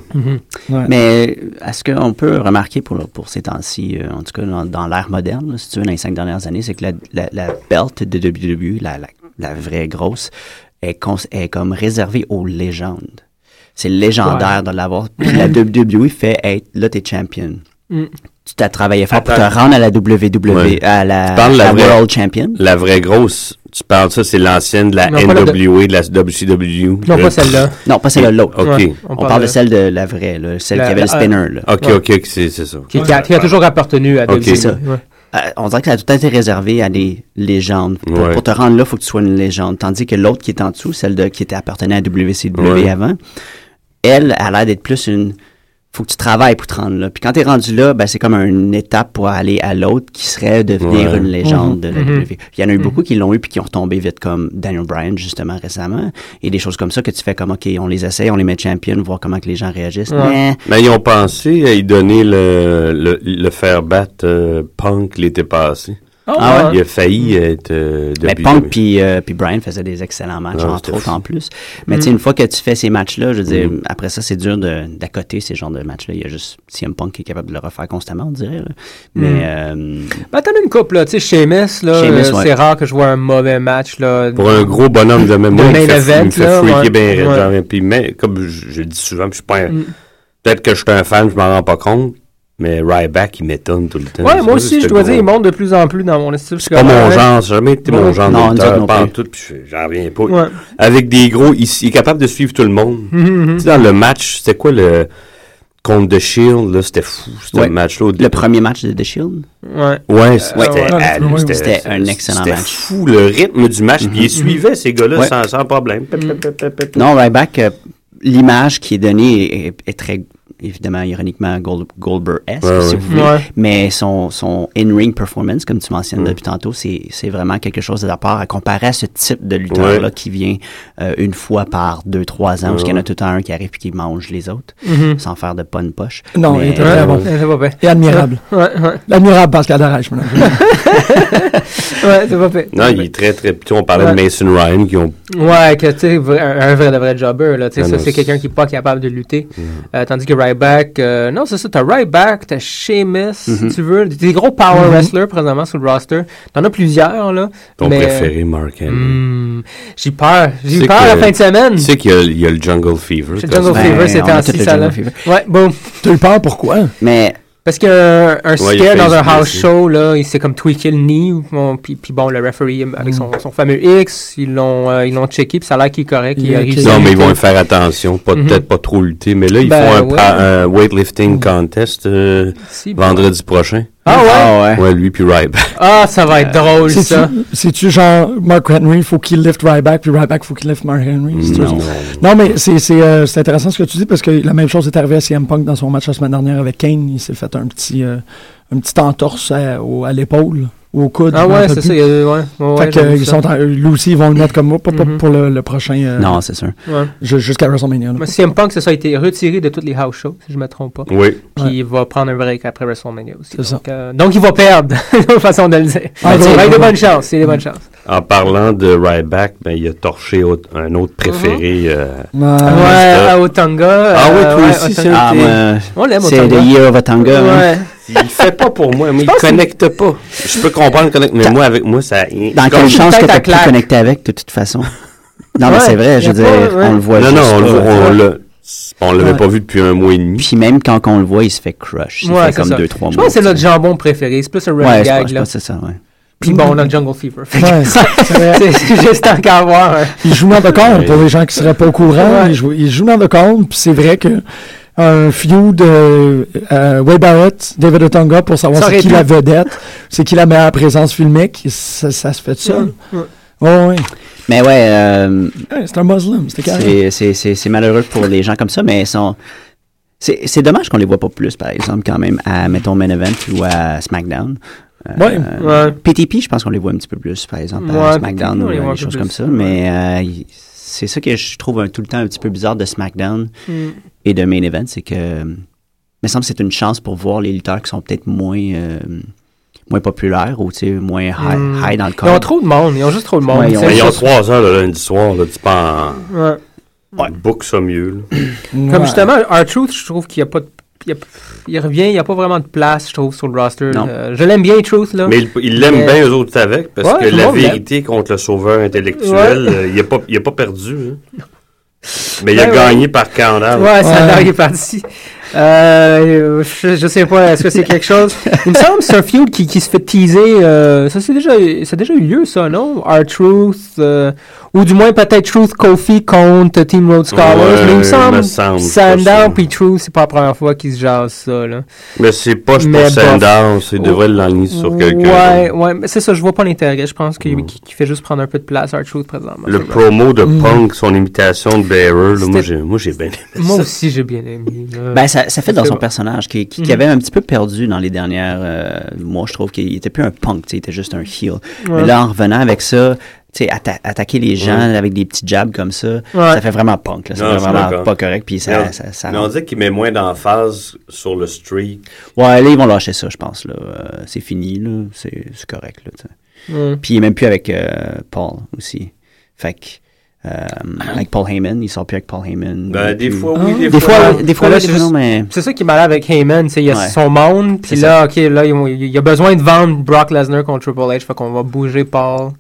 S7: Mais euh, est-ce qu'on peut remarquer pour, pour ces temps-ci, euh, en tout cas dans, dans l'ère moderne, là, si tu veux, dans les cinq dernières années, c'est que la, la, la belt de WWE, la, la, la vraie grosse, est, cons- est comme réservée aux légendes. C'est légendaire de l'avoir. Puis la WWE fait, hey, là, t'es champion.
S6: Mm.
S7: Tu t'as travaillé fort pour
S8: Attends.
S7: te rendre à la WWE,
S8: Ouais.
S7: à la,
S8: Tu parles de la
S7: à
S8: vraie-
S7: World Champion.
S8: La vraie grosse, tu parles ça, c'est l'ancienne de la
S6: Non, pas la de-
S8: NWA, de la WCW.
S6: Non,
S8: Le-
S6: pas celle-là.
S7: Non, pas celle-là, l'autre.
S8: OK.
S6: Ouais,
S7: On, parle de celle de la vraie, là, celle
S6: La-
S7: qui avait le
S6: la- Ah,
S7: spinner. Là.
S8: OK,
S6: Ouais.
S8: OK, ok, c'est c'est ça.
S6: Qui, qui a, qui a toujours appartenu à
S8: Ok,
S6: WWE.
S8: c'est
S7: ça.
S6: Ouais.
S7: Euh, on dirait que ça a tout le temps été réservé à des légendes. Pour,
S8: Ouais.
S7: pour te rendre là, il faut que tu sois une légende. Tandis que l'autre qui est en dessous, celle de, qui était appartenait à WCW
S8: Ouais.
S7: avant, elle, elle a l'air d'être plus une. faut que tu travailles pour te rendre là. Puis quand tu es rendu là, ben, c'est comme une étape pour aller à l'autre qui serait devenir
S8: Ouais.
S7: une légende de la WWE. Il y en a eu beaucoup qui l'ont eu puis qui ont retombé vite, comme Daniel Bryan, justement, récemment. Et des choses comme ça que tu fais comme, OK, on les essaye, on les met champion, voir comment que les gens réagissent. Mais-
S8: Mais ils ont pensé à y donner le, le, le faire battre euh, Punk l'été passé.
S7: Ah ouais?
S8: Il a failli être. euh,
S7: Mais
S8: WWE.
S7: Punk puis euh, puis Brian faisaient des excellents matchs,
S8: Ah,
S7: entre
S8: c'était
S7: autres
S8: fou. Mm.
S7: en plus. Mais tu sais, une fois que tu fais ces matchs-là, je veux dire, après ça, c'est dur de- d'accoter ces genres de matchs-là. Il y a juste CM Punk qui est capable de le refaire constamment, on dirait. là. Mais
S8: Mm.
S7: euh,
S6: Ben, t'en as une couple, là. Tu sais, Sheamus, là,
S7: Sheamus,
S6: euh,
S7: ouais.
S6: c'est rare que je vois un mauvais match, là.
S8: Pour un gros bonhomme de même
S6: Le
S8: moi, il
S6: main
S8: me fait,
S6: event,
S8: il me fait
S6: là,
S8: freaker
S6: ouais.
S8: bien raide,
S6: Ouais. Mm.
S8: genre, et puis, mais comme je, je le dis souvent, puis je suis pas un- Peut-être que je suis un fan, je m'en rends pas compte, mais Ryback, il m'étonne tout le temps.
S6: Ouais, moi
S8: C'est
S6: aussi, je dois
S8: gros-
S6: dire, il monte de plus en plus dans mon estime.
S8: C'est pas mon genre, ça n'a jamais été mon genre
S7: Non,
S8: de
S7: nous autres
S8: lutteur,
S7: non
S8: pas en
S7: plus.
S8: tout, puis je- j'en reviens pas.
S6: Ouais.
S7: Mhm,
S8: Avec des gros, il, il est capable de suivre tout le monde. Tu sais, dans le match, c'était quoi le... contre The Shield, là, c'était fou, ce
S7: Ouais.
S8: match-là.
S7: Le premier match de The Shield?
S6: Ouais.
S8: Ouais, c'était
S7: Ouais.
S8: hallu-
S5: Ouais, ouais, ouais.
S7: C'était Mhm, un excellent
S8: c'était
S7: match.
S8: fou le rythme du match. Puis ils suivaient ces gars-là
S7: Ouais.
S8: sans, sans
S7: Mhm.
S8: problème. Pep, pep, pep, pep, pep.
S7: Non, Ryback, euh, l'image qui est donnée est, est- est très, évidemment, ironiquement, Gold, Goldberg-esque,
S8: Ouais,
S7: si
S8: ouais.
S7: vous voulez.
S6: Ouais.
S7: Mais son, son in-ring performance, comme tu mentionnes depuis tantôt, c'est c'est vraiment quelque chose à part à comparer à ce type de lutteur-là
S8: Ouais.
S7: qui vient euh, une fois par deux, trois ans, parce qu'il y en a tout le temps un qui arrive et qui mange les auautres,
S6: Mm-hmm.
S7: sans faire de bonne poche.
S5: Non, il
S7: Mais-
S5: était très bon.
S6: C'est pas vrai.
S5: Et admirable.
S6: Ouais, ouais,
S5: Admirable Pascal Darèche, maintenant.
S6: ouais, c'est pas fait.
S8: Non, il est très, très petit. On parlait
S6: Ouais.
S8: de Mason Ryan qui ont.
S6: Ouais, que tu sais, vra- un un vrai de vrai jobber, là. Tu sais,
S8: Ah
S6: ça,
S8: non,
S6: c'est
S8: c'est- Mm.
S6: quelqu'un qui n'est pas capable de lutter. Euh, tandis que Ryback, euh, non, c'est ça, t'as Ryback, t'as Sheamus,
S8: Mm-hmm.
S6: si tu veux. Des gros power wrestlers présentement sur le roster. T'en as plusieurs, là.
S8: Ton
S6: mais-
S8: préféré, Mark Henry.
S6: Hmm, j'ai peur. J'ai
S8: C'est
S6: peur la
S8: que-
S6: fin de semaine.
S8: Tu sais qu'il y a- il y, a le Jungle Fever.
S6: Chez
S8: quand
S6: Jungle
S8: même.
S7: Ben,
S6: Fever,
S7: on
S6: c'était
S7: a
S6: en
S7: tout le
S6: 6 là.
S7: Jungle Fever.
S6: Ouais, boum.
S5: T'as eu peur, pourquoi?
S7: Mais
S6: Parce qu'un un
S8: Ouais, il
S6: scare
S8: a
S6: dans
S8: fait
S6: un
S8: exprès,
S6: house
S8: c'est-
S6: show, là, il s'est comme tweaké le knee. ou- bon, puis, puis bon, le referee
S8: Mm.
S6: avec son, son fameux X, ils l'ont euh, ils l'ont checké, puis ça a l'air qu'il est correct.
S5: Il
S6: il
S5: est
S6: a réussi
S5: ok.
S6: à
S8: Non, mais ils
S6: lutter.
S8: vont faire attention. pas-
S6: Mhm.
S8: Peut-être pas trop lutter. Mais là, ils
S6: Ben,
S8: font un,
S6: ouais.
S8: pa- un weightlifting contest euh,
S6: Si, bon.
S8: vendredi prochain.
S6: Ah ouais?
S7: Ah ouais.
S8: Ouais, lui puis Ryback.
S6: Ah, ça va être drôle,
S5: C'est-tu-
S6: ça.
S5: C'est-tu genre Mark Henry, faut qu'il lift Ryback, puis Ryback, faut qu'il lift Mark Henry? C'est-tu ça?
S8: Mm, Non.
S5: Non, mais c'est c'est, euh, c'est intéressant ce que tu dis parce que la même chose est arrivée à CM Punk dans son match la semaine dernière avec Kane. Il s'est fait un petit, euh, un petit entorse à, au- à l'épaule ou au coude.
S6: Ah
S5: je m'en
S6: ouais,
S5: rappelle
S6: c'est
S5: plus.
S6: ça. il y a- ouais, ouais,
S5: Fait
S6: ouais,
S5: que,
S6: j'ai
S5: euh,
S6: vu
S5: ils
S6: ça.
S5: sont en- euh, lui aussi, ils vont le mettre comme moi pour, pour-
S6: Mhm.
S5: pour le, le prochain. euh,
S7: non, c'est sûr.
S6: Ouais.
S5: ju- Jusqu'à WrestleMania. là.
S6: Mais CM Punk, c'est ça, a été retiré de toutes les house shows, si je me trompe pas.
S8: Oui.
S6: Puis
S5: Ouais.
S6: il va prendre un break après WrestleMania aussi.
S5: C'est ça.
S6: Donc, euh, donc il va perdre, façon de le dire.
S5: Ah,
S6: Mais
S5: ouais,
S6: il a
S5: ouais.
S6: des bonnes chances, il a des bonnes chances.
S8: En parlant de Ryback, ben, il a torché au- un autre préféré. euh,
S5: Ah,
S6: ouais,
S8: ça.
S6: à Otunga.
S8: Ah oui,
S6: euh,
S8: toi
S6: ouais,
S8: aussi, c'est
S6: Otunga.
S7: Ah,
S8: t'es-
S7: moi,
S6: On l'aime,
S7: c'est
S6: Otunga.
S7: The Year of Atanga. hein.
S6: Ouais.
S8: il fait pas pour moi, mais il connecte pas. Je peux comprendre le connecte, mais moi, avec moi, ça.
S7: Dans
S8: Comme-
S7: quelle chance que
S6: tête à
S7: t'as pu
S6: claque.
S7: connecter avec, de toute façon? Non, mais
S6: Ouais,
S7: c'est vrai,
S6: y
S7: je
S6: a
S7: veux dire,
S6: pas, ouais.
S7: on le voit
S8: Non,
S7: juste
S8: non, on,
S7: pas. euh,
S8: le- on l'a- on l'avait
S5: Ouais.
S8: pas vu depuis un mois et demi.
S7: Puis même quand on le voit, il se fait crush. Il
S6: Ouais,
S7: fait
S6: c'est
S7: comme
S6: ça.
S7: deux, trois
S6: Je
S7: mois.
S6: pense que c'est notre jambon préféré. C'est plus un running
S7: Ouais, je pense-
S6: gag,
S7: je
S6: là.
S7: pense que c'est ça, ouais.
S6: Puis bon, on a le Jungle Fever. Fait que
S5: Ouais,
S6: ça,
S5: c'est vrai.
S6: c'est juste tant qu'à voir. hein.
S5: Il joue dans le corps,
S8: Ouais.
S5: pour les gens qui seraient pas au courant.
S6: Ouais.
S5: Il, joue, il joue dans le corps, puis c'est vrai que un feud euh, euh, Wade Barrett, David Otunga, pour savoir
S6: Ça
S5: c'est
S6: aurait
S5: qui
S6: pu.
S5: la vedette, c'est qui la meilleure présence filmique, ça, ça se fait de ça.
S6: Ouais.
S5: Ouais, ouais.
S7: Mais ouais, euh,
S5: Hey, c'est un muslim, c'était carré.
S7: c'est- c'est c'est- c'est malheureux pour les gens comme ça, mais ils sont... C'est c'est dommage qu'on les voit pas plus, par exemple, quand même, à, mettons, Main Event ou à SmackDown. Euh,
S5: Ouais.
S6: Ouais.
S7: PTP, je pense qu'on les voit un petit peu plus, par exemple,
S6: Ouais,
S7: à SmackDown
S6: PTP, on
S7: ou
S6: les
S7: euh,
S6: voit un
S7: des
S6: peu
S7: choses
S6: plus,
S7: comme ça,
S6: ouais.
S7: mais euh, il- c'est ça que je trouve un- tout le temps un petit peu bizarre de SmackDown
S6: Mm.
S7: et de Main Event, c'est que... euh, Il me semble que c'est une chance pour voir les lutteurs qui sont peut-être moins... euh, moins populaires ou tu sais, moins high,
S6: Mm.
S7: high dans le
S6: Ils ont
S7: corps.
S6: trop de monde. Ils ont juste trop de monde.
S7: Ouais, ils
S6: tu
S7: ont-
S6: sais,
S8: Mais ils ont
S6: juste-
S8: trois heures le lundi soir, là, tu penses.
S6: Ouais.
S8: Ouais. Book ça mieux. là.
S5: Ouais.
S6: Comme justement, R-Truth, je trouve qu'il n'y a pas de. Il, y a- il revient, il n'y a pas vraiment de place, je trouve, sur le roster.
S7: Non.
S6: Euh, je l'aime bien, Truth, là.
S8: Mais il- il l'aime
S6: Mais-
S8: bien, eux autres, avec, parce
S6: Ouais, tout
S8: que
S6: le
S8: la
S6: monde l'aime.
S8: vérité contre le sauveur intellectuel, euh, il n'a pas, il a pas perdu. hein. Mais il a
S6: Ben ouais.
S8: gagné par count-out.
S6: Ouais, ça
S5: Ouais.
S6: a est parti. Euh, je, je sais pas, est-ce que c'est quelque chose. Il me semble que c'est un feud qui, qui se fait teaser. euh, ça, c'est déjà, ça a déjà eu lieu, ça, non? R-Truth, euh, ou du moins peut-être Truth Kofi contre Team Road Scholars.
S8: Ouais,
S6: mais il me
S8: il
S6: semble,
S8: me semble, pas
S6: Sandow
S8: sûr.
S6: puis Truth, c'est pas la première fois qu'ils se jasent ça, là.
S8: Mais c'est pas pour
S6: Mais
S8: Sandown, c'est
S6: Oh.
S8: devrait l'enligner sur quelqu'un. Hmm.
S6: Ouais, ouais, mais c'est ça, je vois pas l'intérêt. Je pense qu'il qu'il- qu'il fait juste prendre un peu de place, R-Truth, présentement.
S8: Le
S6: C'est vrai.
S8: promo de Punk, son imitation de Bearer, là, moi
S6: C'était-
S8: j'ai moi, j'ai bien aimé.
S6: Moi aussi, j'ai bien aimé. là.
S7: Ben, ça, ça fait dans
S6: C'est
S7: son
S6: bon.
S7: personnage qui, qui, qui
S6: Euh, Mhm.
S7: avait un petit peu perdu dans les dernières euh, mois. Je trouve qu'il était plus un punk, tu sais, il était juste un heel.
S6: Ouais.
S7: Mais là, en revenant avec ça, tu sais, atta- attaquer les gens avec des petits jabs comme ça, ça fait vraiment punk. Là. Ça
S8: Non,
S7: fait
S8: je suis
S7: vraiment
S8: d'accord.
S7: pas correct. Puis ça,
S8: Mais on-
S7: ça, ça-
S8: mais on dit qu'il met moins d'emphase sur le streak.
S7: Ouais, là, ils vont lâcher ça, je pense. Là. Euh, c'est fini, là. C'est, c'est correct. Là, tu sais.
S6: Ouais.
S7: Puis il est même plus avec euh, Paul aussi. Fait que, euh, avec Paul Heyman, il sort plus avec Paul Heyman.
S8: Ben, des
S7: Puis-
S8: fois, oui, des,
S7: Des fois,
S8: non.
S7: oui, des fois,
S6: Ben là,
S7: oui, des
S6: c'est
S7: fois, non,
S6: juste-
S7: mais.
S6: C'est ça qui est malade avec Heyman, tu sais, il y a
S7: Ouais.
S6: son monde, puis
S7: C'est
S6: là, ok, là, il y a- il y a besoin de vendre Brock Lesnar contre Triple H, fait qu'on va bouger Paul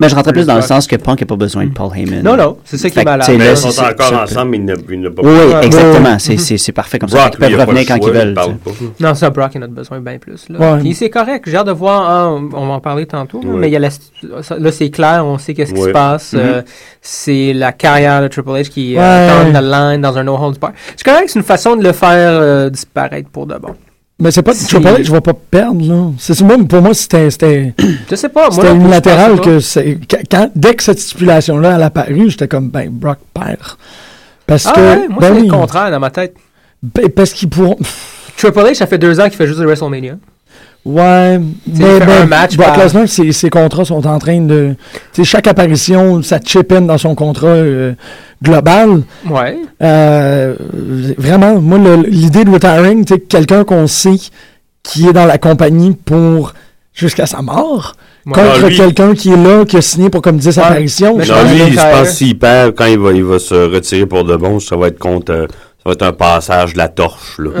S7: Mais je rentrais plus dans le
S6: Ouais.
S7: sens que Punk n'a pas besoin de Paul Heyman.
S6: Non, non, c'est ça qui
S7: Fait
S6: est
S7: que,
S6: malade.
S7: tu sais,
S8: Mais
S7: là,
S8: ils sont
S7: c'est-
S8: encore
S7: c'est-
S8: ensemble, ils ne, ils ne pas.
S7: Oui,
S6: Ouais.
S7: exactement. C'est- C'est c'est parfait comme ça.
S8: Brock,
S7: Ils
S8: lui,
S7: peuvent
S8: il a pas le
S7: revenir quand
S8: choix,
S7: ils
S8: il
S7: veulent.
S8: parle
S7: tu sais.
S8: pas.
S6: Non, ça, Brock, il en a besoin bien plus. Là.
S5: Ouais.
S6: Puis c'est correct. J'ai hâte de voir. hein, on va en parler tantôt. là,
S8: Ouais.
S6: Mais il y a la stu- ça- là, c'est clair. On sait qu'est-ce qui se
S8: Ouais.
S6: passe.
S5: Mhm.
S6: euh, c'est la carrière de Triple H qui
S5: Ouais.
S6: attend la line dans un no holds bar. C'est correct. C'est une façon de le faire euh, disparaître pour de bon.
S5: Mais c'est pas
S6: Si-
S5: Triple H, je vais pas perdre, là. C'est ça, moi, pour moi, c'était c'était
S6: Je sais pas. Ah, Moi,
S5: c'était
S6: non plus, je
S5: unilatéral
S6: pense pas.
S5: que c'est quand- quand- dès que cette stipulation-là elle apparut, j'étais comme ben Brock perd. Parce
S6: Ah
S5: que
S6: ouais, moi,
S5: ben
S6: c'est
S5: oui,
S6: le contraire dans ma tête.
S5: ben, parce qu'ils pourront
S6: Triple H, ça fait deux ans qu'il fait juste du WrestleMania.
S5: Ouais, mais,
S6: faire
S5: mais ben,
S6: un match
S5: Brock
S6: par-
S5: Lesnar, ses, ses contrats sont en train de. Tu sais, chaque apparition, ça chip in dans son contrat euh, global.
S6: Ouais.
S5: Euh, vraiment, moi, le- l'idée de retiring, tu sais, quelqu'un qu'on sait qui est dans la compagnie pour jusqu'à sa mort,
S6: Ouais.
S5: contre
S8: Ah, lui-
S5: quelqu'un qui est là, qui a signé pour comme 10
S6: Ouais.
S5: apparitions.
S6: Mais
S5: je
S8: Non,
S5: pense-
S8: lui,
S6: Ben, que
S8: il- je
S6: ça-
S8: pense s'il perd, quand il va, il va se retirer pour de bon, ça va être contre. euh, ça va être un passage de la torche, là.
S6: Ah, ok,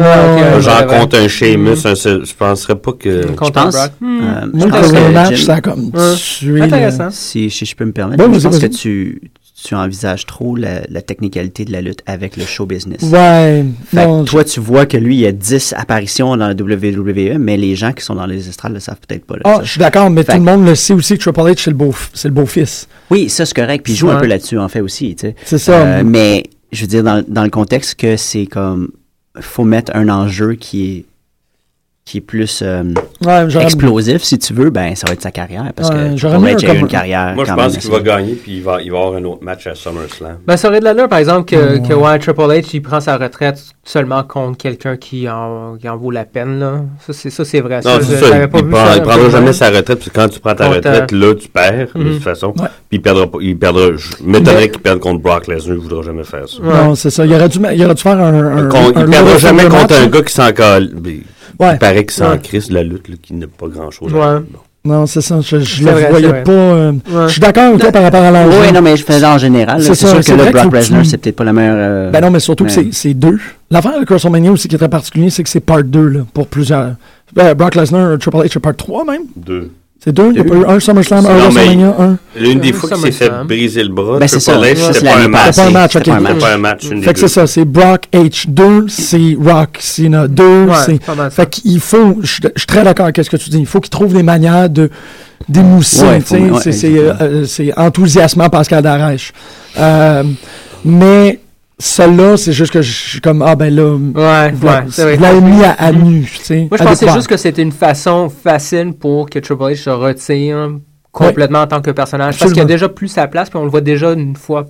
S6: ouais,
S8: Genre
S6: ouais, Mm-hmm.
S8: contre
S6: ouais.
S8: un Sheamus, un- c'est- je penserais pas que.
S6: Mm.
S7: Je
S6: Contre
S7: pense.
S6: Brock. Hmm.
S7: euh, je
S5: moi, le
S7: pense que
S5: premier match,
S7: Jim-
S5: ça a comme
S6: Ouais.
S5: tué.
S6: Intéressant.
S5: le-
S7: Si, si je peux me permettre,
S5: Ouais,
S7: je
S5: vas-y,
S7: pense que
S5: vas-y.
S7: tu, tu envisages trop la, la technicalité de la lutte avec le show business.
S5: Ouais,
S7: Fait que
S5: non,
S7: toi, tu vois que lui, il a 10 apparitions dans la WWE, mais les gens qui sont dans les estrades le savent peut-être pas. là,
S5: Ah,
S7: ça.
S5: je suis d'accord, mais
S7: Fait
S5: tout le
S7: que-
S5: monde le sait aussi que Triple H, c'est le beau, c'est le beau-fils.
S7: Oui, ça, c'est correct. Puis il joue
S6: Ouais.
S7: un peu là-dessus, en fait, aussi. tu sais.
S5: C'est ça.
S7: Euh, mais je veux dire, dans, dans le contexte que c'est comme. faut mettre un enjeu qui est, qui est plus euh,
S5: Ouais, j'aurais-
S7: explosif, si tu veux, ben ça va être sa carrière. Parce
S5: Ouais,
S7: que
S5: j'aurais
S7: Triple
S5: mis
S7: H
S5: un
S7: a eu
S5: comme-
S7: une carrière.
S8: Moi, je
S7: quand
S8: pense
S7: même
S8: qu'il va
S7: assez-
S8: gagner, puis il va, il va avoir un autre match à SummerSlam.
S6: Ben, ça aurait de l'allure, par exemple, que, que ouais, Triple H, il prend sa retraite seulement contre quelqu'un qui en, qui en vaut la peine, là. Ça, c'est, ça, c'est vrai.
S8: Non,
S6: je-
S8: c'est ça.
S6: j'avais
S8: Il,
S6: pas vu
S8: prend-
S6: ça,
S8: il prendra
S6: absolument.
S8: jamais sa retraite, parce que quand tu prends ta
S6: Contre, euh,
S8: retraite, là, tu perds, de
S6: Mhm.
S8: toute façon.
S5: Ouais.
S8: Puis il perdra pas. Il perdra. Je m'étonnerais qu'il perde contre Brock Lesnar, il voudra jamais faire ça.
S5: Non, c'est ça. Il aurait dû, ma- il aurait dû faire un. un,
S8: Con-
S5: un
S8: il perdra
S5: low
S8: jamais
S5: match,
S8: contre un
S5: là.
S8: gars qui s'en colle. mais
S5: Ouais.
S8: Il paraît qu'il s'en
S6: Ouais.
S8: crisse de la lutte, là, qui n'a pas grand-chose. à
S6: Ouais.
S8: faire. Bon.
S5: Non, c'est ça. Je, je
S6: C'est
S5: le
S6: vrai, c'est
S5: voyais
S6: vrai.
S5: pas. euh,
S6: Ouais.
S5: Je suis d'accord avec toi par rapport à l'enjeu.
S7: Oui, non, mais je faisais en général. là.
S5: C'est
S7: C'est
S5: ça,
S7: sûr
S5: c'est
S7: que
S5: vrai
S7: le Brock
S5: qu'il faut que
S7: Lesnar,
S5: tu-
S7: c'est peut-être pas la meilleure. euh,
S5: Ben non, mais surtout que
S7: Ouais.
S5: c'est- c'est deux. L'affaire avec WrestleMania aussi qui est très particulier, c'est que c'est part 2 là, pour plusieurs. Ben, Brock Lesnar, Triple H, c'est part 3 même.
S8: Deux.
S5: C'est deux. Il y a pas eu un SummerSlam, un
S8: Non, mais-
S5: WrestleMania, un.
S8: L'une des
S6: Euh,
S8: fois qu'il s'est fait
S6: SummerSlam.
S8: briser le bras,
S7: Ben, c'est
S8: Triple
S7: ça.
S8: H,
S7: C'est
S8: c'était
S7: l'année
S8: pas un match.
S7: passée.
S5: C'était pas un match,
S7: C'était
S5: ok.
S7: pas un
S8: C'était
S7: match.
S8: pas un match. une des
S5: Fait que
S8: deux.
S5: c'est ça. C'est Brock H2, c'est Rock, c'est une 2.
S6: Ouais,
S5: c'est
S6: pas mal ça.
S5: fait qu'il faut. Je suis je suis très d'accord avec ce que tu dis. Il faut qu'il trouve des manières de d'émousser.
S7: Ouais,
S5: tu sais,
S7: faut- ouais,
S5: c'est- c'est
S7: exactement.
S5: euh, c'est enthousiasmant Pascal Darèche. Euh, mais celle-là, c'est juste que je suis comme ah ben là,
S6: Ouais,
S5: vous la-
S6: ouais, c'est vrai.
S5: vous l'avez mis à, à nu. tu sais,
S6: Moi, je
S5: à
S6: pensais
S5: découvert.
S6: juste que c'était une façon facile pour que Triple H se retire complètement en tant que personnage. Parce qu'il y a
S5: Absolument.
S6: déjà plus sa place, puis on le voit déjà une fois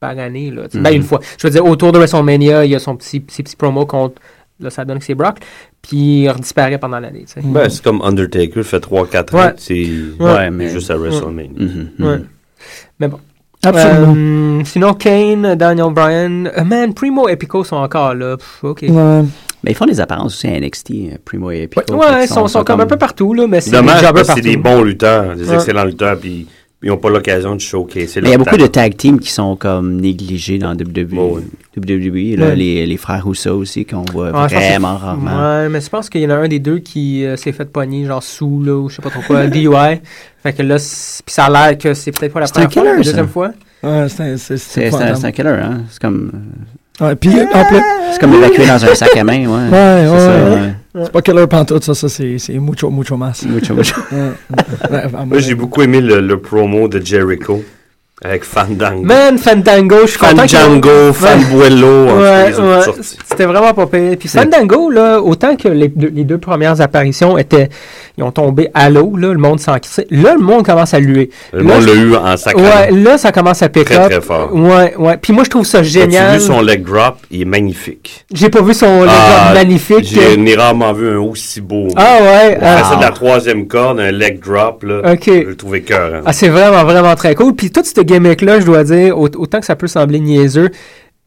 S6: par année. Là, tu sais.
S8: Mm.
S6: Ben, une fois. Je veux dire, autour de WrestleMania, il y a son petit, ses petits promos contre. Là, ça donne que c'est Brock, puis il redisparaît pendant l'année. tu sais.
S8: Ben, c'est comme Undertaker fait 3-4
S6: Ouais.
S8: ans. C'est
S7: Ouais,
S8: mais
S7: mais-
S8: juste à WrestleMania.
S7: Mhm, mhm.
S6: Ouais.
S5: Absolument.
S6: Euh, sinon, Kane, Daniel Bryan, euh, man, Primo et Pico sont encore là. Pff, ok. Ouais,
S5: Ouais.
S7: Mais Ben, ils font des apparences aussi à NXT, euh, Primo et Pico.
S6: ils
S7: fait qu'ils
S6: sont, sont comme un peu partout, là, mais c'est des
S8: Dommage
S6: jobbers
S8: parce que
S6: partout.
S8: c'est des bons lutteurs, des
S6: Ouais.
S8: excellents lutteurs, puis ils n'ont pas l'occasion de showcaser
S7: Mais il y a
S8: leur
S7: beaucoup de
S8: talent.
S7: tag teams qui sont comme négligés dans E. WWE.
S8: Ouais, ouais.
S7: WWE E, là,
S5: Ouais.
S7: les, les frères Rousseau aussi, qu'on voit
S6: Ouais, je pense que-
S7: vraiment rarement.
S6: Ouais, mais je pense qu'il y en a un des deux qui euh, s'est fait pogner, genre sous, là, ou je sais pas trop quoi, DUI. Fait que là, c'est- puis ça a l'air que c'est peut-être pas la
S7: C'est un
S6: première fois, la
S7: killer, ça.
S6: deuxième fois.
S5: Ouais, c'est un- c'est- c'est
S7: C'est c'est un,
S5: épouvantable.
S7: c'est un killer, hein? C'est comme,
S5: Ouais, Puis en plus,
S7: c'est comme évacué dans un sac à main, ouais.
S5: Ouais,
S7: c'est
S5: ouais,
S7: ça,
S5: ouais. c'est pas que leur pantoute, ça, ça c'est c'est mucho, mucho masse.
S7: Mucho, mucho.
S8: Moi, j'ai beaucoup aimé le, le promo de Jericho avec Fandango.
S6: Man, Fandango, je suis content qu'il-
S8: Fandango, Fanbuello, en tout cas,
S6: Ouais,
S8: ils ont
S6: ouais,
S8: sorti.
S6: c'était vraiment pas pire. Puis Fandango, là, autant que les deux, les deux premières apparitions étaient, ils ont tombé à l'eau, là, le monde s'en crissait. Là, le monde commence à luer.
S8: Le
S6: Là,
S8: monde
S6: je-
S8: l'a eu en sacré.
S6: Ouais, là, ça commence à pick
S8: Très,
S6: up.
S8: très fort.
S6: Ouais, ouais. Puis moi, je trouve ça
S8: As-tu
S6: génial.
S8: vu son leg drop? Il est magnifique.
S6: J'ai pas vu son le
S8: Ah,
S6: job magnifique.
S8: J'ai n'ai rarement vu un aussi beau.
S6: Ah ouais.
S8: On fait
S6: euh,
S8: ça de la troisième corde, un leg drop, là.
S6: Ok.
S8: Je le trouvais cœur. hein.
S6: Ah, c'est vraiment, vraiment très cool. Puis toute cette gimmick-là, je dois dire, au- autant que ça peut sembler niaiseux,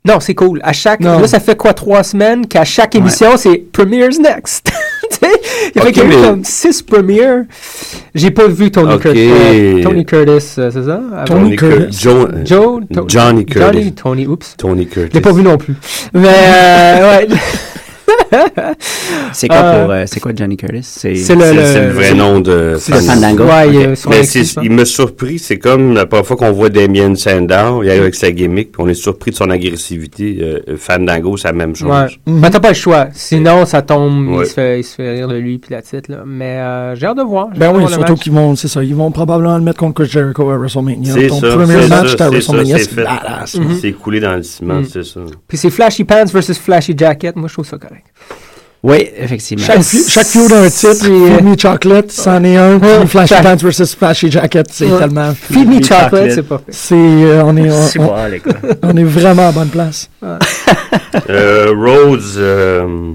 S6: non, c'est cool. À chaque,
S5: Non.
S6: là, ça fait quoi, trois semaines qu'à chaque émission, c'est Premier's Next. tu sais, il fait
S8: Ok,
S6: qu'il y a eu
S8: mais-
S6: comme six premières. J'ai pas vu Tony
S8: Ok.
S6: Curtis. euh, Tony Curtis, euh, c'est ça? Avant-
S5: Tony Curtis.
S6: Joe, To-
S8: Johnny Curtis.
S6: Johnny, Tony, oups.
S8: Tony
S6: Je l'ai
S8: Curtis.
S6: pas vu non plus. Mais, euh, ouais.
S7: C'est quoi
S6: Euh,
S7: pour. euh, c'est quoi Johnny Curtis? C'est.
S6: C'est le-
S8: C'est c'est le vrai nom de
S6: c'est-
S7: le Fandango.
S6: Ouais, il y a
S7: Ok.
S6: sur
S8: Mais
S6: un
S8: c'est-
S6: exclusif, hein.
S8: il m'a surpris, c'est comme la première fois qu'on voit Damien Sandow, il arrive avec sa gimmick, puis on est surpris de son agressivité. Euh, Fandango, c'est la même chose.
S6: Ouais.
S5: Mm-hmm.
S6: Mais t'as pas le choix. Sinon, ça tombe,
S8: Ouais.
S6: il, se fait, il se fait rire de lui, puis la titre. Là. Mais euh, j'ai hâte de voir. J'ai
S5: Ben
S6: hâte de
S5: oui,
S6: voir le
S5: surtout
S6: match.
S5: qu'ils vont, c'est ça, ils vont probablement le mettre contre Chris Jericho à WrestleMania.
S8: C'est
S5: Ton
S8: ça,
S5: premier
S8: c'est
S5: match,
S8: ça,
S5: t'as
S8: c'est ça,
S5: WrestleMania,
S8: c'est
S5: c'est
S8: fait.
S5: badass.
S8: C'est coulé dans le ciment, c'est ça.
S6: Puis c'est Flashy Pants versus Flashy Jacket. Moi, je trouve ça correct.
S7: Oui, effectivement.
S5: Chaque, feud- chaque feud a un titre.
S6: C'est-
S5: Feed Me Chocolate, c'en est un. puis Flashy
S6: Chaque-
S5: Pants versus Flashy Jacket, c'est
S6: Ouais.
S5: tellement...
S6: Feed me chocolate,
S7: chocolate.
S6: c'est pas fait.
S5: C'est, euh, on, est,
S7: C'est
S5: on, on-
S7: quoi, les gars?
S5: on est vraiment à bonne place.
S8: Euh, Rhodes, euh,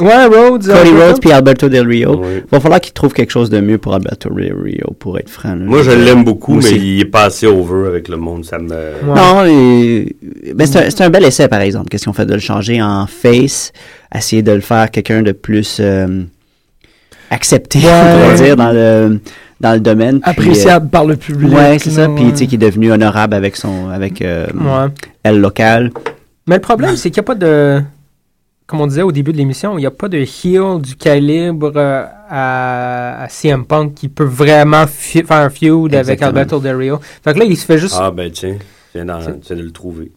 S6: Ouais, Rhodes.
S7: Cody
S6: euh,
S7: Rhodes puis Alberto Del Rio.
S8: Oui.
S7: Va falloir qu'ils trouvent quelque chose de mieux pour Alberto Del Rio, pour être franc. là.
S8: moi je l'aime beaucoup,
S7: Moi
S8: mais
S7: aussi.
S8: il est passé over avec le monde, ça me...
S6: Ouais.
S7: Non, et- ben, c'est un, c'est un bel essai, par exemple. Qu'est-ce qu'on fait de le changer en face, essayer de le faire quelqu'un de plus euh, accepté, on
S5: Ouais.
S7: pourrait dire, dans le, dans le domaine. Puis,
S5: Appréciable par le
S7: euh,
S5: public.
S7: ouais, c'est
S5: là,
S7: ça. Puis, tu sais,
S5: ouais.
S7: qui est devenu honorable avec son, avec euh,
S6: Ouais.
S7: elle locale.
S6: Mais le problème, c'est qu'il n'y a pas de. Comme on disait au début de l'émission, il n'y a pas de heel du calibre euh, à, à CM Punk qui peut vraiment fi- faire un feud avec
S7: Exactement.
S6: Alberto Del Rio. Fait que là, il se fait juste.
S8: Ah ben tiens, je viens, d'en- je viens de le trouver.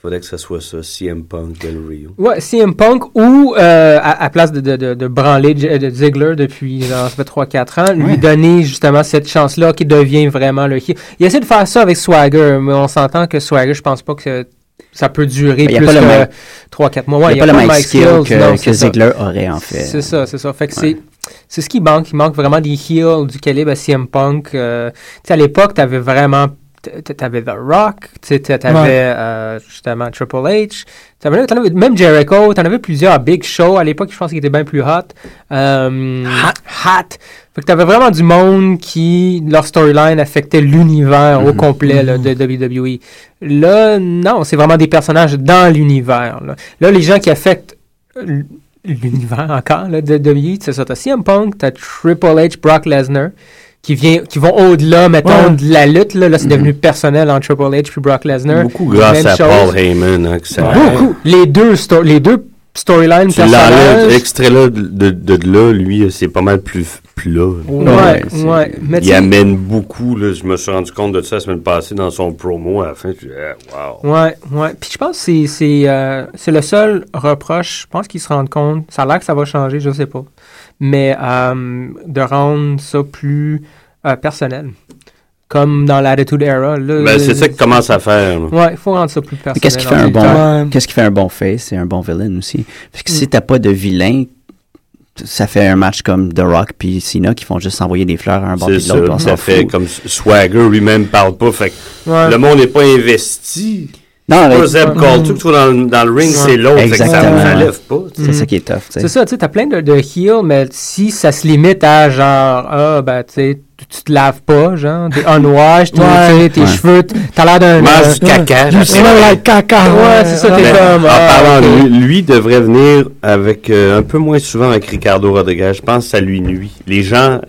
S8: Faudrait que ça soit ça, CM Punk Del Rio.
S6: Ouais, CM Punk ou euh, à, à place de, de, de, de branler J- euh, de Ziggler depuis genre, ça fait 3-4 ans, lui donner justement cette chance-là qui devient vraiment le heel. Il essaie de faire ça avec Swagger, mais on s'entend que Swagger, je pense pas que ça peut durer
S7: Il y a
S6: plus
S7: pas le
S6: que
S7: mic-
S6: 3-4 mois. Ouais,
S7: il n'y a pas le mic skill
S6: non,
S7: que,
S6: c'est
S7: que
S6: ça.
S7: Ziggler aurait, en fait.
S6: C'est ça, c'est ça. Fait que
S7: Ouais.
S6: c'est. C'est ce qui manque. Il manque vraiment des heels du calibre à CM Punk. Euh, tu sais, à l'époque, t'avais vraiment. t- t- T'avais The Rock, tu sais, t'a- t'avais
S5: Ouais.
S6: euh, justement Triple H, t'avais- t'en avais- même Jericho, t'en avais plusieurs. Big Show, à l'époque, je pense qu'il était bien plus hot. Euh, hot. Fait que t'avais vraiment du monde qui, leur storyline affectait l'univers
S7: Mm-hmm.
S6: au complet là, de E. WWE. Là, non, c'est vraiment des personnages dans l'univers. Là. Là, les gens qui affectent l- l'univers encore là, de WWE, c'est ça. T'as CM Punk, t'as Triple H, Brock Lesnar, qui, vient, qui vont au-delà, mettons,
S5: Ouais.
S6: de la lutte. Là, là c'est devenu personnel entre Triple H puis Brock Lesnar.
S8: Beaucoup grâce
S6: Même
S8: à
S6: chose.
S8: Paul Heyman. hein, que ça...
S6: Beaucoup. Les deux, sto- les deux storylines
S8: Tu l'enlèves,
S6: personnages.
S8: extrait-là de, de, de là, lui, euh, c'est pas mal plus plat. là.
S6: Ouais,
S7: Ouais,
S6: ouais. Mais tu
S8: Il
S6: sais-
S8: amène beaucoup, là, je me suis rendu compte de ça la semaine passée dans son promo à la fin. je dis, eh, wow.
S6: Ouais, ouais. Puis je pense que c'est- c'est euh, c'est le seul reproche. Je pense qu'ils se rendent compte. Ça a l'air que ça va changer, je sais pas. Mais euh, de rendre ça plus euh, personnel. Comme dans l'Attitude Era. Là,
S8: Ben, c'est ça qu'il commence à faire. là.
S6: Ouais, il faut rendre ça plus
S7: Mais
S6: personnel.
S7: qu'est-ce qui fait
S6: en
S7: un
S6: même temps.
S7: bon qu'est-ce qui fait un bon face c'est un bon villain aussi parce que
S6: Mm.
S7: si t'as pas de vilain ça fait un match comme The Rock puis Cena qui font juste envoyer des fleurs à un bord
S8: C'est
S7: et de
S8: ça.
S7: l'autre on
S8: ça
S7: s'en
S8: fait
S7: fout
S8: comme Swagger lui-même parle pas. Fait que
S6: Ouais.
S8: le monde n'est pas investi.
S7: non mais
S8: Pas Zeb Colter que tu vois dans, dans le ring, c'est l'autre. Fait que ça
S7: Exactement.
S8: ça lève pas. tu sais.
S7: c'est ça qui est tough tu sais.
S6: Mm. C'est ça, tu sais, t'as plein de, de heels, mais si ça se limite à genre, ah, ben, tu sais, tu- tu te laves pas, genre, t'es unwashed, ou, tu sais, tes
S7: Ouais.
S6: cheveux, t- t'as l'air d'un.
S8: Mange du
S6: euh,
S8: caca.
S5: You
S8: je sais pas.
S5: smell like caca.
S6: Ouais, c'est ça, t'es
S8: Mais
S6: comme.
S8: en
S6: ah,
S7: euh,
S8: parlant de lui, lui devrait venir avec euh, un peu moins souvent avec Ricardo Rodriguez. Je pense que ça lui nuit. Les gens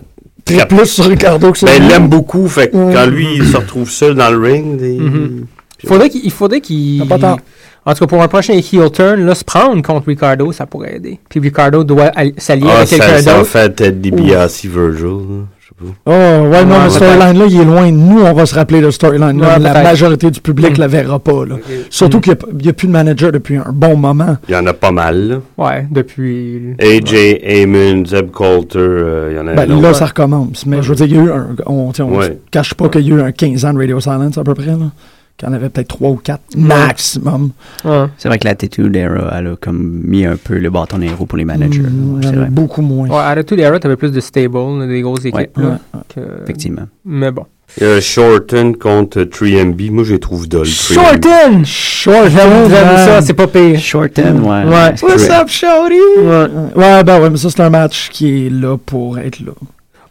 S5: Très plus sur Ricardo que sur
S8: ben,
S5: lui.
S8: ils l'aiment beaucoup. Fait que
S5: Mm.
S8: quand lui il se retrouve seul dans le ring, des-
S6: Mhm. Il faudrait qu'il. il faudrait qu'il-
S5: T'as pas tort.
S6: En tout cas, pour un prochain heel turn, là, se prendre contre Ricardo, ça pourrait aider. Puis Ricardo doit al- s'allier
S8: ah,
S6: avec
S8: ça,
S6: quelqu'un
S8: ça en
S6: d'autre.
S8: fait Ted DiBiase, Virgil. là, je sais pas.
S5: Oh, ouais, non,
S6: Ouais,
S5: le storyline-là, il est loin. Nous, on va se rappeler de storyline-là.
S6: Ouais,
S5: mais la
S6: peut-être.
S5: majorité du public
S6: Mm.
S5: la verra pas. Là. Surtout qu'il n'y a, plus de manager depuis un bon moment.
S8: Il y en a pas mal. là.
S6: Ouais, depuis.
S8: AJ Heyman, Zeb Coulter, euh, il y en a
S5: Ben,
S8: un autre.
S5: là, ça recommence. Mais je veux dire, il y a eu un. On ne
S8: Ouais.
S5: cache pas qu'il y a eu un 15 ans de Radio Silence à peu près. Là. Qu'il y en avait peut-être 3 ou 4 maximum.
S6: Ouais.
S7: c'est vrai que l'attitude era elle a comme mis un peu le bâton dans les roues pour les managers
S5: Mm,
S7: ouais,
S5: il y
S7: c'est
S5: en a
S7: vrai
S5: beaucoup moins.
S6: Ouais, à Attitude Era, t'avais plus de stable, des grosses équipes.
S5: Ouais,
S6: là,
S5: ouais.
S6: que-
S7: effectivement
S6: Mais bon.
S8: Il y a Shorten contre 3MB. Moi, je les trouve dole. 3MB.
S6: Shorten! Shorten! J'avoue j'avoue ça, c'est pas pire.
S7: Shorten ouais,
S6: Mm. Ouais.
S7: C'est vrai.
S5: up, Shorty? Ouais. ouais, ben ouais, mais ça, c'est un match qui est là pour être là.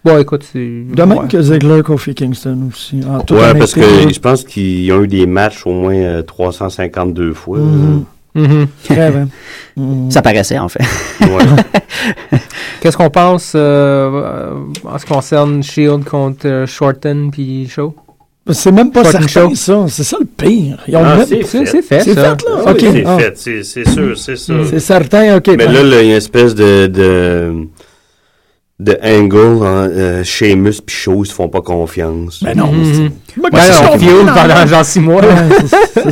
S6: Bon, écoute, c'est.
S5: De même
S6: Ouais.
S5: que Ziggler, Kofi Kingston aussi. Ah, en toute
S8: Ouais, parce
S5: honnêteté,
S8: que
S5: là.
S8: je pense qu'ils ont eu des matchs au moins euh, 352 fois. là.
S5: Mhm.
S6: Mhm.
S5: Très bien. Mm.
S7: ça paraissait en fait
S8: Ouais.
S6: Qu'est-ce qu'on pense euh, euh, en ce qui concerne Shield contre euh, Shorten puis Show?
S5: C'est même pas
S6: Fucking
S5: certain,
S6: show.
S5: ça. C'est ça le pire. Ils ont
S8: Ah,
S5: le-
S8: c'est fait.
S6: c'est fait,
S5: C'est
S6: ça.
S5: fait, là.
S8: Ah
S5: OK.
S8: oui, C'est
S5: Ah, Mm-hmm.
S8: fait, c'est c'est sûr, c'est sûr.
S5: C'est certain, OK.
S8: Mais là, là, il y a une espèce de, de, de angle, hein, euh, Sheamus puis Shaw, ils se font pas confiance.
S5: Ben non.
S6: Ben,
S5: c'est ça,
S6: on
S5: on
S6: fuel
S5: fait
S6: pendant genre six mois. là.
S5: Ouais,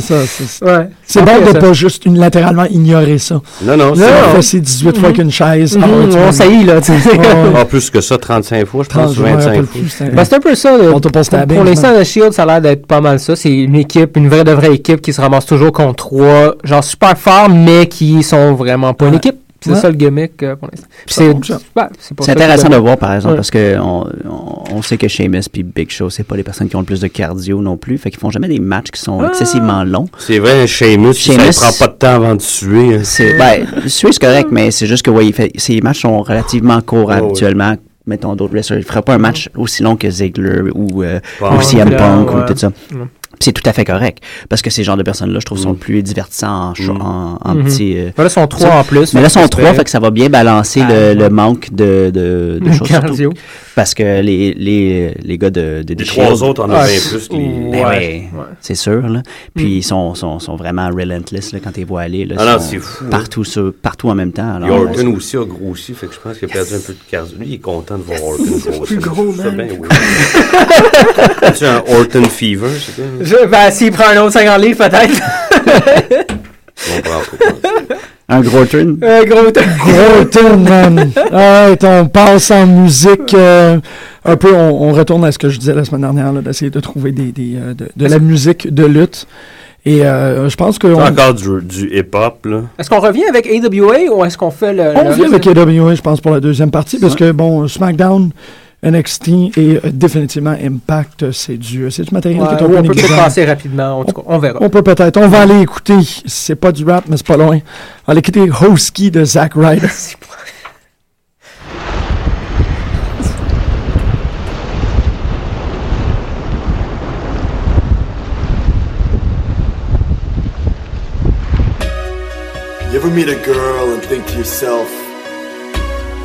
S5: c'est- c'est ça. c'est ça.
S6: Ouais.
S5: C'est bon
S6: Ok,
S5: de
S6: ça. Oh, hein?
S5: pas juste unilatéralement ignorer ça.
S8: Non, non, c'est...
S5: Là, on fait ces 18 fois qu'une chaise. Ah, ouais,
S6: Mhm,
S5: tu
S6: on
S5: vois.
S6: saillit, là, tu sais.
S8: Ah, plus que ça, 35 fois, je pense,
S5: Trans-
S8: ou
S5: je me
S8: 25
S5: rappelle
S8: fois.
S5: plus, c'est-
S6: Ben, c'est un peu ça. là.
S5: On t'a pas
S6: pour
S5: stabé,
S6: pour l'instant,
S5: maintenant.
S6: le Shield, ça a l'air d'être pas mal ça. C'est une équipe, une vraie de vraie équipe qui se ramasse toujours contre trois, genre super forts, mais qui sont vraiment pas une
S5: Ouais.
S6: équipe. C'est
S5: Ouais.
S6: ça le gimmick euh, pour l'instant. Puis
S5: Ça
S6: c'est-
S5: fonctionne.
S6: ouais, c'est pour
S7: C'est
S6: ça que-
S7: intéressant de voir, par exemple,
S6: Ouais.
S7: parce que on, on, on sait que Sheamus puis Big Show, c'est pas les personnes qui ont le plus de cardio non plus. Fait qu'ils font jamais des matchs qui
S6: Ah.
S7: sont excessivement longs.
S8: C'est vrai, Sheamus,
S7: Sheamus-
S8: ça ne prend pas de temps avant de suer. hein.
S7: C'est, ben, suer, c'est correct, mais c'est juste que, ouais, il fait- ces matchs sont relativement courts
S8: ouais.
S7: habituellement. Mettons d'autres wrestlers. Il fera pas un match aussi long que Ziggler ou, euh,
S8: Punk,
S7: ou CM Punk
S6: ouais. Mm.
S7: ou tout ça. Puis C'est tout à fait correct. Parce que ces genres de personnes-là, je trouve, sont plus divertissants en, cho- en, en petits, euh,
S6: Ben là, ils sont trois en plus.
S7: Mais là, sont
S6: Fait que
S7: trois,
S6: Mm. c'est-
S7: fait que ça va bien balancer
S6: Ah,
S7: le,
S6: ouais.
S7: le manque de, de, de
S6: Le
S7: choses. surtout
S6: cardio.
S7: parce que les, les, les gars de, de
S8: Les
S7: The
S8: trois
S7: Shield,
S8: autres en ont
S6: Ah,
S8: bien
S6: c'est-
S8: plus. que
S7: ben
S8: les-
S6: Ouais.
S7: ouais, c'est sûr. Là. Puis ils sont, sont, sont vraiment relentless là, quand ils voient aller. Là,
S8: Ah non,
S7: Ils sont
S8: c'est fou, hein.
S7: Partout, sur, partout en même temps.
S8: Puis
S7: Alors, euh,
S8: Orton aussi a grossi, fait que je pense qu'il a perdu un peu de cardio. Lui, il est content de voir Orton grossir. Plus gros, tu un Orton fever, c'est bien.
S6: Je- ben, s'il prend un autre 50 livres, peut-être.
S8: Je comprends pas.
S7: un gros turn.
S6: un Euh, gros truc.
S5: Gros turn, man. Alright, on passe en musique. euh, un peu, on, on retourne à ce que je disais la semaine dernière, là, d'essayer de trouver des, des, euh, de, de la musique de lutte. Et euh, je pense qu'on
S8: C'est encore du, du hip-hop, là.
S6: Est-ce qu'on revient avec AWA ou est-ce qu'on fait le.
S5: on
S6: le-
S5: vient avec AWA, je pense, pour la deuxième partie, parce que, bon, SmackDown, NXT et euh, définitivement Impact, c'est du, c'est du matériel
S6: Ouais,
S5: qui est un
S6: ou
S5: peu
S6: on peut peut-être
S5: négligent.
S6: passer rapidement. En tout cas, on verra.
S5: On peut peut-être. On va aller écouter. C'est pas du rap, mais c'est pas loin. On va aller écouter Hosky de Zack Ryder.
S2: You ever meet a girl and think to yourself,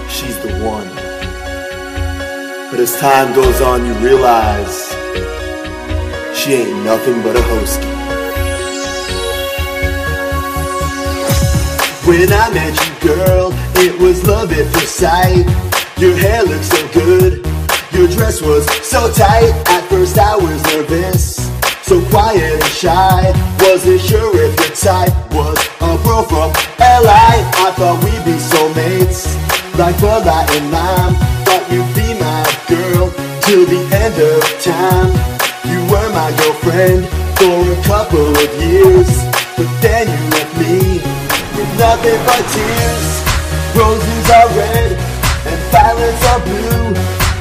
S2: she's the one. But as time goes on, you realize she ain't nothing but a hostie. When I met you, girl, it was love at first sight. Your hair looked so good, your dress was so tight. At first, I was nervous, so quiet and shy. Wasn't sure if your type was a bro from LI. I thought we'd be soulmates, like Bud Light and Lime. Thought you'd be my girl till the end of time. You were my girlfriend for a couple of years, but then you left me with nothing but tears. Roses are red and violets are blue.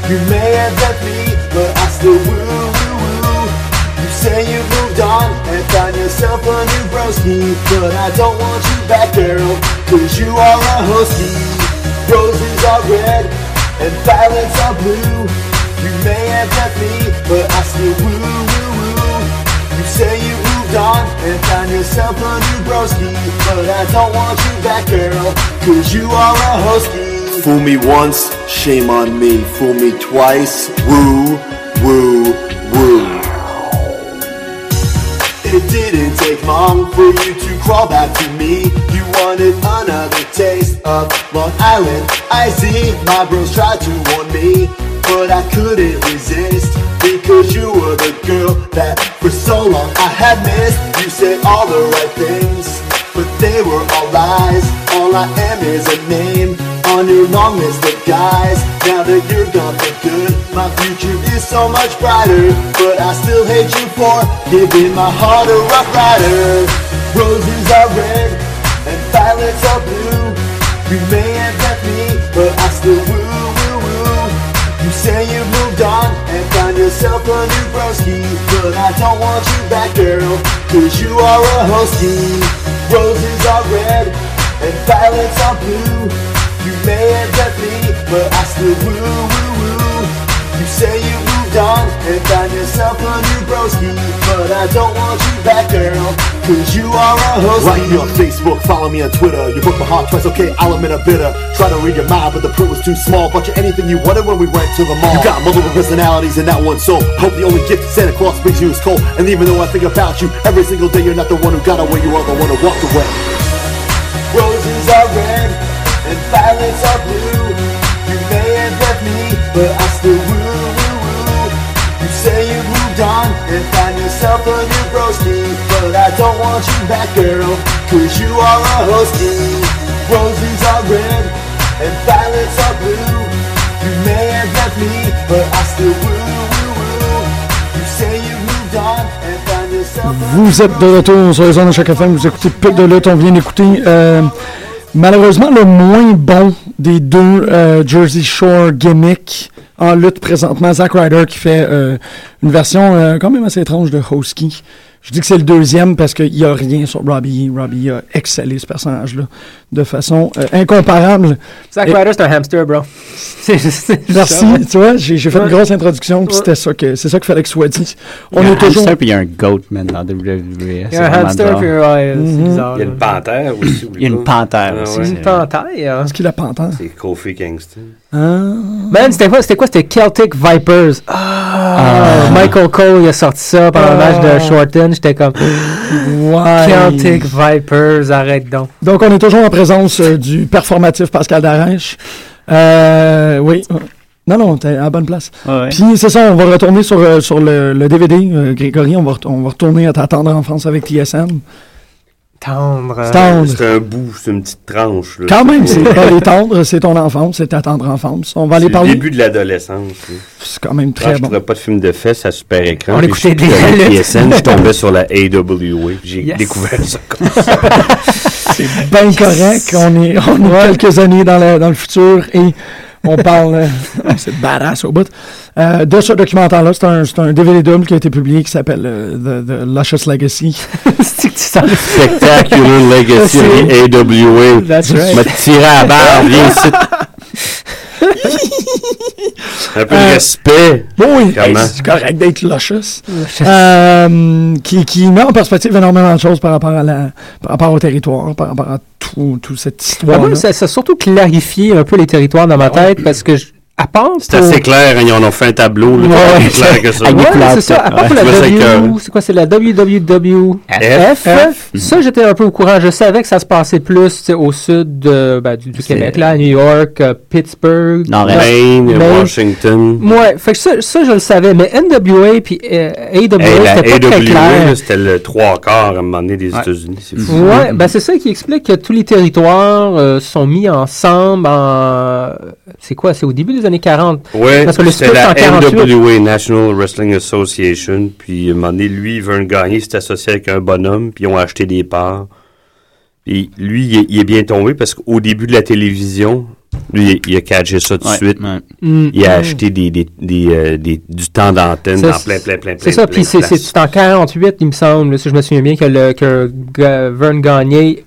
S2: You may have left me, but I still woo woo woo. You say you moved on and found yourself a new broski, but I don't want you back, girl, cause you are a hostie. Roses are red and violets are blue. You may have left me, but I still woo woo woo. You say you moved on and found yourself a new broski But I don't want you back, girl, cause you are a hostie Fool me once, shame on me Fool me twice, woo, woo, woo it didn't take long for you to crawl back to me. You wanted another taste of Long Island. I see my bros tried to warn me, but I couldn't resist because you were the girl that for so long I had missed. You said all the right things, but they were all lies. All I am is a name on your long list of guys. Now that you're gone for good, my future is so much brighter. But I still hate you for giving my heart a rough rider. Roses are red and violets are blue. You may have left me, but I still woo woo woo. You say you moved on and found yourself a new broski, but I don't want you back, girl, cause you are a hostie. Roses are red and violets are blue. You may have left me, but I still woo woo woo. You say you moved
S10: dawn and find yourself a new broski. But I don't want you back, girl, cause you are a hostie.
S2: Like me on Facebook, follow me on Twitter. You broke my heart twice, okay, I'll admit a bitter. Try to read your mind, but the print was too small. Bought you anything you wanted when we went to the mall. You got multiple personalities and not one soul. Hope the only gift Santa Claus brings you is cold. And even though I think about you every single day, you're not the one who got away, you are the one who walked away.
S10: Roses are red and violets are blue. You may have left me, but I still woo woo woo. You say you've moved on and find yourself a new broski, but I don't want you back, girl, cause you are a hostie. Roses are red and violets are blue. You may have left me, but I still woo woo woo. You say you've moved on and find yourself a
S5: Vous êtes de retour sur les zones de chaque FM. Vous écoutez Pute de lutte. On vient d'écouter euh, malheureusement le moins bon des deux euh, Jersey Shore gimmicks en lutte présentement. Zack Ryder qui fait euh, une version euh, quand même assez étrange de Hosky. Je dis que c'est le deuxième parce qu'il n'y a rien sur Robbie. Robbie a excellé ce personnage-là de façon euh, incomparable.
S6: Zack
S5: Et-
S6: Ryder, c'est un hamster, bro. C'est- c'est-
S5: Merci.
S6: ça.
S5: Tu vois, j'ai j'ai fait une
S6: Ouais.
S5: grosse introduction, puis
S6: Ouais.
S5: c'était ça que c'est ça qu'il fallait que ce soit dit. On
S7: Il y
S5: est
S7: a un
S5: toujours.
S7: hamster, puis il y a un goat, man, dans E, WWE.
S6: Il y a un hamster, uh, puis ouais, c'est bizarre.
S8: Il y a une
S6: là.
S8: panthère aussi. oublie
S7: Il y a une
S8: pas.
S7: panthère
S8: Ah
S7: aussi,
S8: ouais.
S6: C'est une panthère.
S5: Est-ce qu'il hein. a pas entendu?
S8: C'est Kofi Kingston.
S6: Man, c'était quoi? C'était quoi? C'était Celtic Vipers. Ah, Michael Cole, il a sorti ça pendant le match de Shorten. J'étais comme, Celtic Vipers, arrête donc.
S5: Donc, on est toujours en présence euh, du performatif Pascal Darèche. Euh, oui. Non, non, t'es à la bonne place.
S7: Ouais, ouais.
S5: Puis, c'est ça, on va retourner sur, euh, sur le, le DVD, euh, Grégory. On va, ret- on va retourner à ta tendre enfance avec TSM.
S6: Tendre. euh,
S5: Tendre.
S8: Ah, C'est un bout, c'est une petite tranche. Là.
S5: Ah, Quand même, c'est pas les tendres, c'est ton enfance, c'est ta tendre enfance. On va
S8: C'est
S5: aller
S8: le
S5: parler.
S8: début de l'adolescence. là.
S5: C'est quand même
S8: Quand
S5: très
S8: je
S5: bon.
S8: trouvais pas de film de fesses à super écran.
S6: On
S8: puis
S6: écoutait
S8: je
S6: des
S8: prenais
S6: luttes.
S8: TSN, je tombais sur la AWA. puis J'ai
S6: Yes.
S8: découvert ça. comme-
S5: Ben correct. On est, on est quelques années dans le, dans le futur et on parle. euh, c'est badass au bout. Euh, de ce documentaire-là, c'est un, c'est un DVD double qui a été publié qui s'appelle euh, The, The Luscious Legacy.
S6: C'est que tu sens le
S8: Spectacular Legacy
S6: C'est-
S8: et AWA.
S6: That's right.
S8: M'a tiré à la barre, viens ici. Un peu de respect.
S5: Oui,
S8: Comment?
S5: c'est correct d'être luscious. Euh, qui, qui met en perspective énormément de choses par rapport, à la, par rapport au territoire, par rapport à tout, toute cette
S6: Ah,
S5: histoire.
S6: moi, ça, ça a surtout clarifié un peu les territoires dans ma tête parce que, je- à part.
S8: C'est assez clair, hein, ils en ont fait un tableau. Là,
S6: Ouais.
S8: plus clair que ça.
S6: Ouais, c'est ça. À part pour la
S8: Je trouvais ça écœurant.
S6: W, c'est euh, quoi, c'est la WWF. Ça, j'étais un peu au courant. Je savais que ça se passait plus tu sais, au sud de- ben, du, du Québec, là, à New York, euh, Pittsburgh.
S7: Nord-Est.
S6: Ouais.
S8: Maine,
S6: Maine.
S8: Washington.
S6: Ouais, fait que ça, ça, je le savais, mais NWA puis euh, AWA,
S8: Hey, la
S6: c'était pas très
S8: AWA,
S6: clair.
S8: là, c'était le trois quarts à un moment donné des
S7: Ouais.
S8: États-Unis. C'est fou.
S6: Ouais, ben c'est ça qui explique que tous les territoires euh, sont mis ensemble en... C'est quoi? C'est au début des années 40.
S8: Ouais,
S6: Parce que le
S8: c'était
S6: split en
S8: la
S6: 48.
S8: NWA, National Wrestling Association. Puis, à un moment donné, lui, Vern Gagné s'est associé avec un bonhomme, puis ils ont acheté des parts. Puis, lui, il est, il est bien tombé parce qu'au début de la télévision, lui, il, il a catché ça tout de
S7: Ouais,
S8: suite.
S7: ouais.
S6: Mm.
S8: Il a acheté des, des, des, euh, des- du temps d'antenne
S6: Ça,
S8: dans
S6: c'est-
S8: plein, plein, plein, plein.
S6: C'est ça,
S8: plein
S6: puis
S8: de
S6: c'est
S8: places.
S6: c'est en 48, il me semble, si je me souviens bien, que, le, que Ga- Vern Gagné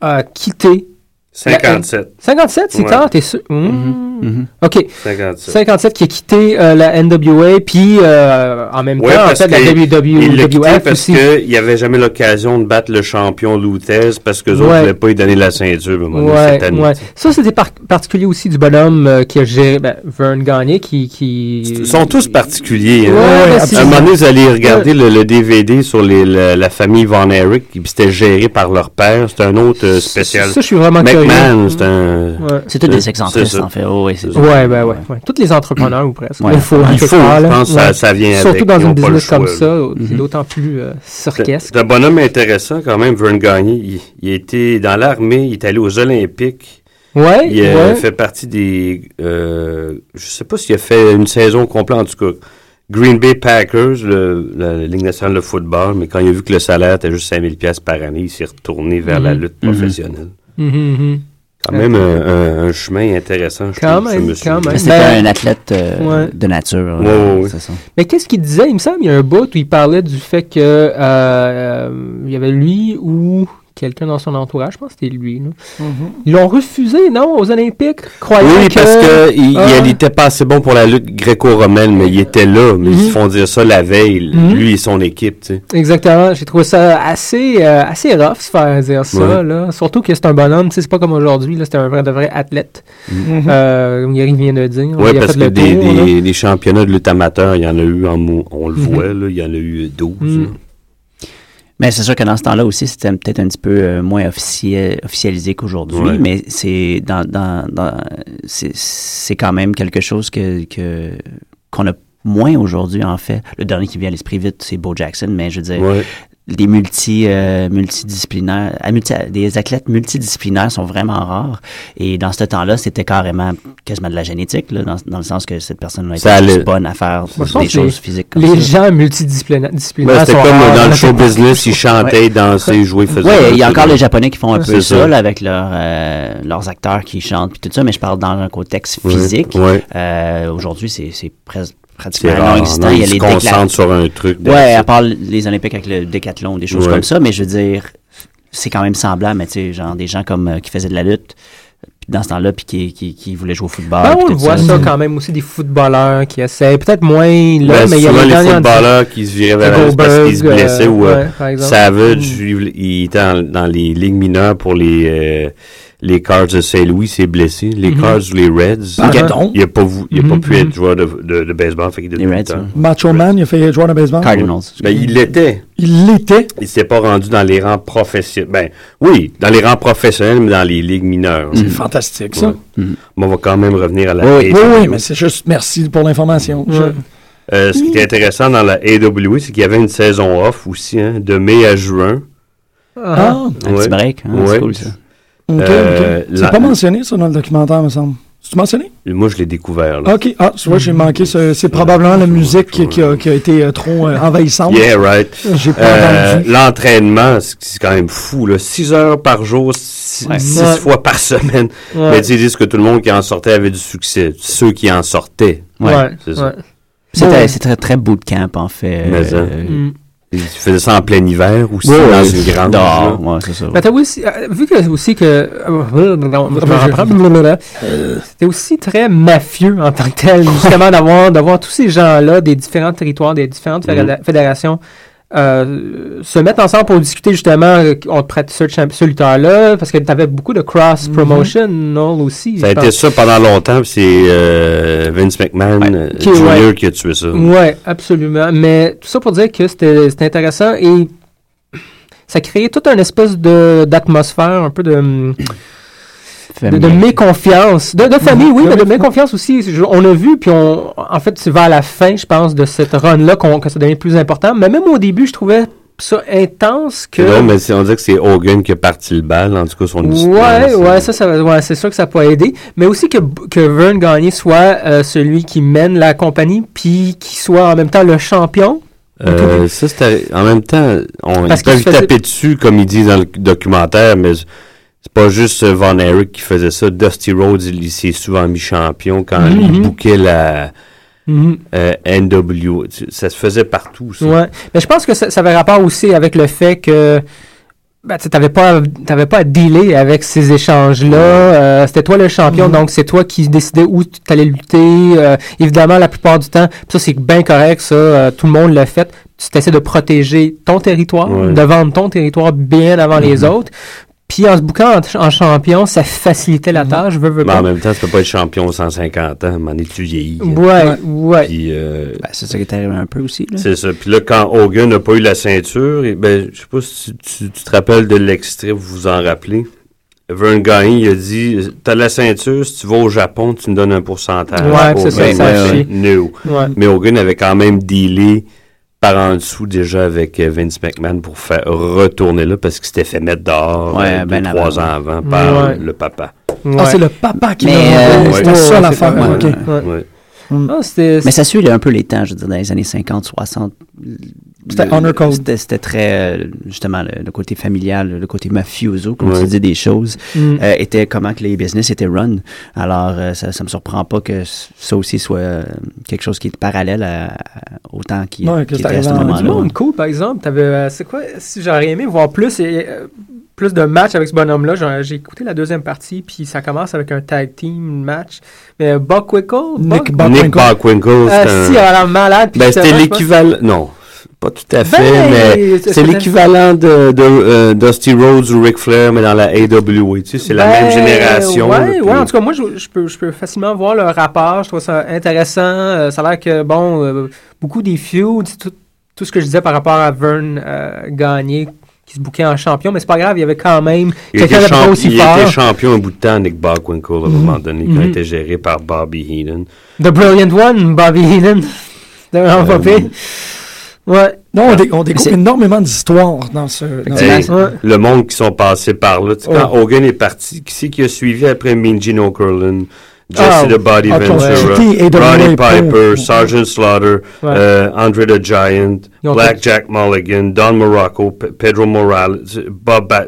S6: a quitté.
S8: 57.
S6: 57, c'est
S8: Ouais.
S6: tard, t'es sûr? Hmm.
S7: Mm-hmm.
S6: OK,
S8: 57.
S6: 57 qui a quitté euh, la NWA, puis euh, en même
S8: Ouais,
S6: temps, en
S8: parce
S6: fait, la
S8: que il l'a quitté
S6: WWF
S8: parce
S6: aussi.
S8: qu'il n'y avait jamais l'occasion de battre le champion Luthez parce que autres
S6: Ouais.
S8: ne voulaient pas lui donner la ceinture. à un moment donné, cette
S6: Ouais,
S8: année.
S6: ouais. Ça, c'était par- particulier aussi du bonhomme euh, qui a géré, ben, Vern Gagné, qui... qui...
S8: Ils sont tous particuliers. hein.
S6: Ouais, ouais,
S8: À
S6: absolument.
S8: un moment donné, vous allez regarder le, le DVD sur les- la, la famille Von Erich, puis c'était géré par leur père. C'est un autre euh, spécial.
S6: Ça, ça, je suis vraiment
S8: McMahon,
S6: curieux.
S8: c'est un...
S6: Ouais.
S7: C'est tous
S8: Euh,
S7: des
S8: c'est
S7: excentristes,
S8: ça.
S7: en fait. Oh, ouais, c'est
S6: Ouais, ben ouais. ouais. Tous les entrepreneurs ou presque.
S7: Ouais.
S6: Il faut,
S7: Il
S6: quelque
S8: faut,
S6: part,
S8: je
S6: là.
S8: pense que ça- ça vient
S6: Surtout
S8: avec,
S6: dans
S8: ils
S6: une
S8: ont pas le
S6: business
S8: choix,
S6: comme
S8: là.
S6: ça,
S8: Mhm.
S6: c'est d'autant plus euh,
S8: C'est
S6: cirquesque.
S8: un bonhomme intéressant quand même, Vern Gagné. Il, il était dans l'armée, il est allé aux Olympiques.
S6: Ouais,
S8: Il euh,
S6: ouais.
S8: fait partie des... euh, je sais pas s'il a fait une saison complète, en tout cas. Green Bay Packers, le- la Ligue nationale de football, mais quand il a vu que le salaire était juste 5000 pièces par année, il s'est retourné vers la lutte professionnelle.
S6: Mhm, mhm.
S8: Quand même un, un- un chemin intéressant, je
S6: Quand
S8: trouve,
S6: même,
S8: ce monsieur.
S6: quand même.
S7: C'était
S6: Ben-
S7: un athlète euh,
S6: Ouais.
S7: de nature.
S8: Ouais,
S7: euh,
S8: ouais, ouais.
S7: c'est ça.
S6: Mais qu'est-ce qu'il disait? Il me semble, il y a un bout où il parlait du fait que euh, euh, il y avait lui ou quelqu'un dans son entourage, je pense que c'était lui. là. Ils l'ont refusé, non, aux Olympiques, croyant
S8: Oui,
S6: que...
S8: parce que il,
S6: Ah.
S8: il était pas assez bon pour la lutte gréco-romaine, mais il était là. Mais ils se font dire ça la veille,
S6: Mhm.
S8: lui et son équipe, tu sais.
S6: Exactement, j'ai trouvé ça assez, euh, assez rough se faire dire ça,
S8: Ouais.
S6: là. surtout que c'est un bonhomme, tu sais, c'est pas comme aujourd'hui, là, c'était un vrai de vrai athlète, Euh, comme Gary vient de le dire,
S8: Oui,
S6: il a
S8: Mhm. parce
S6: fait
S8: que
S6: le
S8: des,
S6: tour, là.
S8: des, des championnats de lutte amateur, il y en a eu, en, mou- on le voit, là, il y en a eu 12.
S6: Mhm.
S8: là.
S7: Mais c'est sûr que dans ce temps-là aussi, c'était peut-être un petit peu euh, moins officiel, officialisé qu'aujourd'hui,
S8: Ouais.
S7: mais c'est dans, dans, dans- c'est- c'est quand même quelque chose que que- qu'on a moins aujourd'hui, en fait. Le dernier qui vient à l'esprit vite, c'est Bo Jackson, mais je veux dire,
S8: Ouais.
S7: les multi, euh, multidisciplinaires, à multi- des athlètes multidisciplinaires sont vraiment rares. Et dans ce temps-là, c'était carrément quasiment de la génétique, là, dans, dans le sens que cette personne-là
S8: Ça
S7: était juste
S8: allait.
S7: bonne à faire
S6: Moi, je pense
S7: des
S6: que
S7: choses physiques comme
S6: les
S7: ça.
S6: gens multidisciplinaires
S8: Ben,
S6: disciplinaires
S8: C'était
S6: sont
S8: comme
S6: rares,
S8: euh, dans
S6: là,
S8: le show
S6: c'est-
S8: business, ils chantaient, dansaient, jouaient, faisaient.
S7: Oui, il y a
S8: tout
S7: encore
S8: ça.
S7: les Japonais qui font un
S8: Ouais.
S7: peu
S8: C'est
S7: ça,
S8: ça.
S7: là, avec leur, euh, leurs acteurs qui chantent puis tout ça, mais je parle dans un contexte
S8: Ouais,
S7: physique.
S8: ouais.
S7: Euh, Aujourd'hui, c'est c'est pres-
S8: C'est
S7: pratiquement non
S8: rare.
S7: existant.
S8: non,
S7: Il y a
S8: ils se
S7: les décla-
S8: concentrent sur un truc. de-
S7: Ouais, à part les Olympiques avec le décathlon, des choses
S8: Ouais.
S7: comme ça, mais je veux dire, c'est quand même semblable, mais tu sais, genre des gens comme euh, qui faisaient de la lutte puis dans ce temps-là, puis qui, qui, qui voulaient jouer au football.
S6: Ben,
S7: puis
S6: on le
S7: tout
S6: voit ça
S7: c'est-
S6: quand même aussi des footballeurs qui essaient, peut-être moins là,
S8: Ben,
S6: mais il y a
S8: souvent,
S6: les
S8: les
S6: derniers-
S8: footballeurs qui se viraient vers la parce qu'ils se
S6: Goldberg,
S8: blessaient
S6: euh,
S8: ou euh,
S6: ouais, par exemple.
S8: Savage, lui, il était en- dans les ligues mineures pour les, euh, les Cards de Saint-Louis, il s'est blessé. Les Cards ou les Reds.
S5: Ah, donc.
S8: Il n'a pas, vou- il a pas pu être joueur de, de, de baseball. Fait qu'il est
S7: Les
S8: devenu
S7: Reds,
S8: lutteur.
S5: Macho Man, il a fait joueur de baseball.
S7: Cardinals.
S8: Ben, il l'était.
S5: Il l'était.
S8: Il s'est pas rendu dans les rangs professionnels. Ben, oui, dans les rangs professionnels, mais dans les ligues mineures.
S5: C'est fantastique, ça.
S8: Ouais. Mm-hmm. Mais on va quand même revenir à la
S5: Oui, oui,
S8: AEW.
S5: mais c'est juste merci pour l'information. Je-
S8: Euh, ce qui était intéressant dans la AWE, c'est qu'il y avait une saison off aussi, hein, de mai à juin.
S5: Ah, ok,
S7: Un
S8: Ouais.
S7: petit break, hein,
S8: Ouais.
S7: c'est cool ça.
S5: ok.
S8: Euh,
S5: C'est
S8: la-
S5: pas mentionné, ça, dans le documentaire, me semble. C'est mentionné?
S8: Moi, je l'ai découvert. Là.
S5: OK. Ah, tu vois, j'ai manqué. ce- C'est probablement la musique qui, qui a, qui a été euh, trop euh, envahissante.
S8: Yeah, right.
S5: J'ai pas
S8: Euh,
S5: entendu.
S8: L'entraînement, c'est c'est quand même fou. Là. Six heures par jour, six, six
S6: Ouais.
S8: fois par semaine.
S6: Ouais.
S8: Mais tu sais, ils disent que tout le monde qui en sortait avait du succès. Ceux qui en sortaient.
S6: Ouais,
S8: c'est ça.
S6: ouais.
S7: C'était c'est très, très bootcamp, en fait.
S8: Mais,
S7: euh,
S8: hein.
S6: Mm.
S8: Ils faisaient ça en plein hiver ou
S7: Ouais,
S8: dans
S7: ouais,
S8: une grande. là.
S7: dehors, ouais, c'est ça.
S6: Mais t'as aussi, euh, vu que aussi que euh, non, je me reprends, blablabla.
S8: Euh.
S6: c'était aussi très mafieux en tant que tel, justement d'avoir d'avoir tous ces gens-là des différents territoires, des différentes
S8: Mm-hmm.
S6: fédéra- fédérations. euh, se mettre ensemble pour discuter justement euh, on te prête ce, champ- ce lutteur-là parce que t'avais beaucoup de cross-promotion non, aussi
S8: Mm-hmm. Ça a
S6: je
S8: été
S6: pense.
S8: ça pendant longtemps, puis c'est euh, Vince McMahon euh,
S6: Qui-
S8: Jr.
S6: ouais.
S8: qui a tué ça.
S6: Ouais, absolument. Mais tout ça pour dire que c'était c'était intéressant et ça créait toute une espèce de d'atmosphère, un peu de hum, de, de
S7: ben,
S6: méconfiance. De, de famille, oui, mais de méconfiance aussi. Je- On a vu, puis on, en fait, c'est vers la fin, je pense, de cette run-là qu'on- que ça devient plus important. Mais même au début, je trouvais ça intense que.
S8: C'est drôle, mais c'est- on dirait que c'est Hogan qui a parti le bal, en tout cas, son histoire.
S6: Ouais,
S8: hein, c'est-
S6: ouais, ça, ça va- ouais, c'est sûr que ça peut aider. Mais aussi que, que Vern Gagné soit euh, celui qui mène la compagnie, puis qui soit en même temps le champion.
S8: Euh, ça, c'était. En même temps, on
S6: Parce
S8: ils peuvent
S6: qu'il se faisait-
S8: taper dessus, comme ils disent dans le documentaire, mais c'est pas juste euh, Von Eric qui faisait ça. Dusty Rhodes, il, il s'est souvent mis champion quand
S6: Mm-hmm.
S8: il bouquait la euh, NW. Tu- Ça se faisait partout, ça.
S6: Ouais. Mais je pense que ça, ça avait rapport aussi avec le fait que ben, tu n'avais pas, à- t'avais pas à dealer avec ces échanges-là. Euh, c'était toi le champion, donc c'est toi qui décidais où tu allais lutter. Euh, évidemment, la plupart du temps, pis ça c'est bien correct, ça, euh, tout le monde l'a fait. Tu t'essaies de protéger ton territoire,
S8: Ouais.
S6: de vendre ton territoire bien avant les autres. Puis en se bouquant en, en champion, ça facilitait la tâche, veux, veux
S8: Mais
S6: pas.
S8: en même temps, tu peux pas être champion aux 150 ans, m'en es-tu vieilli?
S6: Ouais, ouais.
S8: Puis, euh,
S7: Ben, c'est ça qui est arrivé un peu aussi. Là.
S8: C'est ça. Puis là, quand Hogan n'a pas eu la ceinture, eh ben, je sais pas si tu, tu- tu te rappelles de l'extrait, vous vous en rappelez. Vern Gagné, il a dit T'as la ceinture, si tu vas au Japon, tu me donnes un pourcentage.
S6: Ouais, c'est ça,
S8: Hogan,
S6: ça a chié.
S8: ouais, no.
S6: Ouais.
S8: Mais Hogan avait quand même dealé par en dessous déjà avec euh, Vince McMahon pour faire retourner là parce qu'il s'était fait mettre dehors
S7: Ouais,
S8: euh, deux,
S7: ben
S8: trois
S7: avant.
S8: ans avant par
S6: Ouais.
S8: le papa.
S5: Ah,
S6: ouais.
S5: c'est le papa qui
S7: Mais,
S5: l'a
S7: euh,
S5: envoyé. C'était
S8: ouais,
S5: ça
S8: ouais,
S5: l'affaire.
S7: c'est
S5: OK.
S7: pas-
S6: Ouais.
S8: Ouais.
S6: Ah, c'était-
S7: Mais ça suit là, un peu les temps, je veux dire, dans les années 50, 60.
S5: C'était
S7: le-
S5: honor code.
S7: C'était, c'était très, euh, justement, le, le côté familial, le côté mafioso, comme
S8: Ouais.
S7: tu dis des choses,
S6: Mm.
S7: euh, était comment que les business étaient run. Alors, euh, ça ne me surprend pas que c- ça aussi soit euh, quelque chose qui est parallèle à, à- au temps qui,
S5: Ouais, que
S7: qui
S5: c'est
S7: était à ce
S5: arrivé en-
S6: Ah, du
S7: moment-là.
S6: monde cool, par exemple. T'avais, euh, c'est quoi, si j'aurais aimé voir plus, et, euh, plus de matchs avec ce bonhomme-là. J'en- J'ai écouté la deuxième partie, puis ça commence avec un tag team match. Mais Buckwinkle,
S5: Nick
S6: Buck-
S5: Buck-
S8: Nick
S5: Buckwinkle.
S8: Bockwinko,
S6: Ah,
S8: c'est un...
S6: si, elle a l'air malade. puis
S8: Ben, c'était
S6: justement, je pense-
S8: l'équivalent. Non, pas tout à fait,
S6: Ben,
S8: mais
S6: c'est-
S8: c'est l'équivalent de, de euh, Dusty Rhodes ou Ric Flair, mais dans la AWA. Tu sais, c'est la
S6: Ben,
S8: même génération.
S6: Ouais,
S8: là, puis-
S6: ouais, en tout cas, moi, je, je peux, je peux facilement voir le rapport. Je trouve ça intéressant. Euh, ça a l'air que, bon, euh, beaucoup des feuds, tout, tout ce que je disais par rapport à Vern euh, Gagné, qui se bouquait en champion, mais c'est pas grave, il y avait quand même
S8: il était,
S6: quelqu'un de pas
S8: champ-
S6: aussi
S8: il
S6: fort. Mhm.
S8: était champion un bout de temps, Nick Bockwinko, à un moment donné, quand il était géré par Bobby Heenan.
S6: The Brilliant One, Bobby
S5: Euh,
S6: Heenan. C'était vraiment pas pire. Ouais.
S5: Non, on, dé- on découvre
S6: c'est-
S5: énormément d'histoires dans ce. dans ce-
S8: Hey,
S6: Ouais.
S8: Le monde qui sont passés par là. Tu sais,
S5: Oh.
S8: Quand Hogan est parti, qui c'est qui a suivi après Mean Gene Okerlund, Jesse
S6: Ah,
S8: the Body
S5: ah, ton
S8: Ventura,
S5: cité est de
S8: Roddy
S5: loin pas-
S8: Piper, Sergeant Slaughter,
S6: Ouais.
S8: euh, Andre the Giant,
S6: Ils ont
S8: Black
S6: tous-
S8: Jack Mulligan, Don Morocco, P- Pedro Morales, Bob Bat...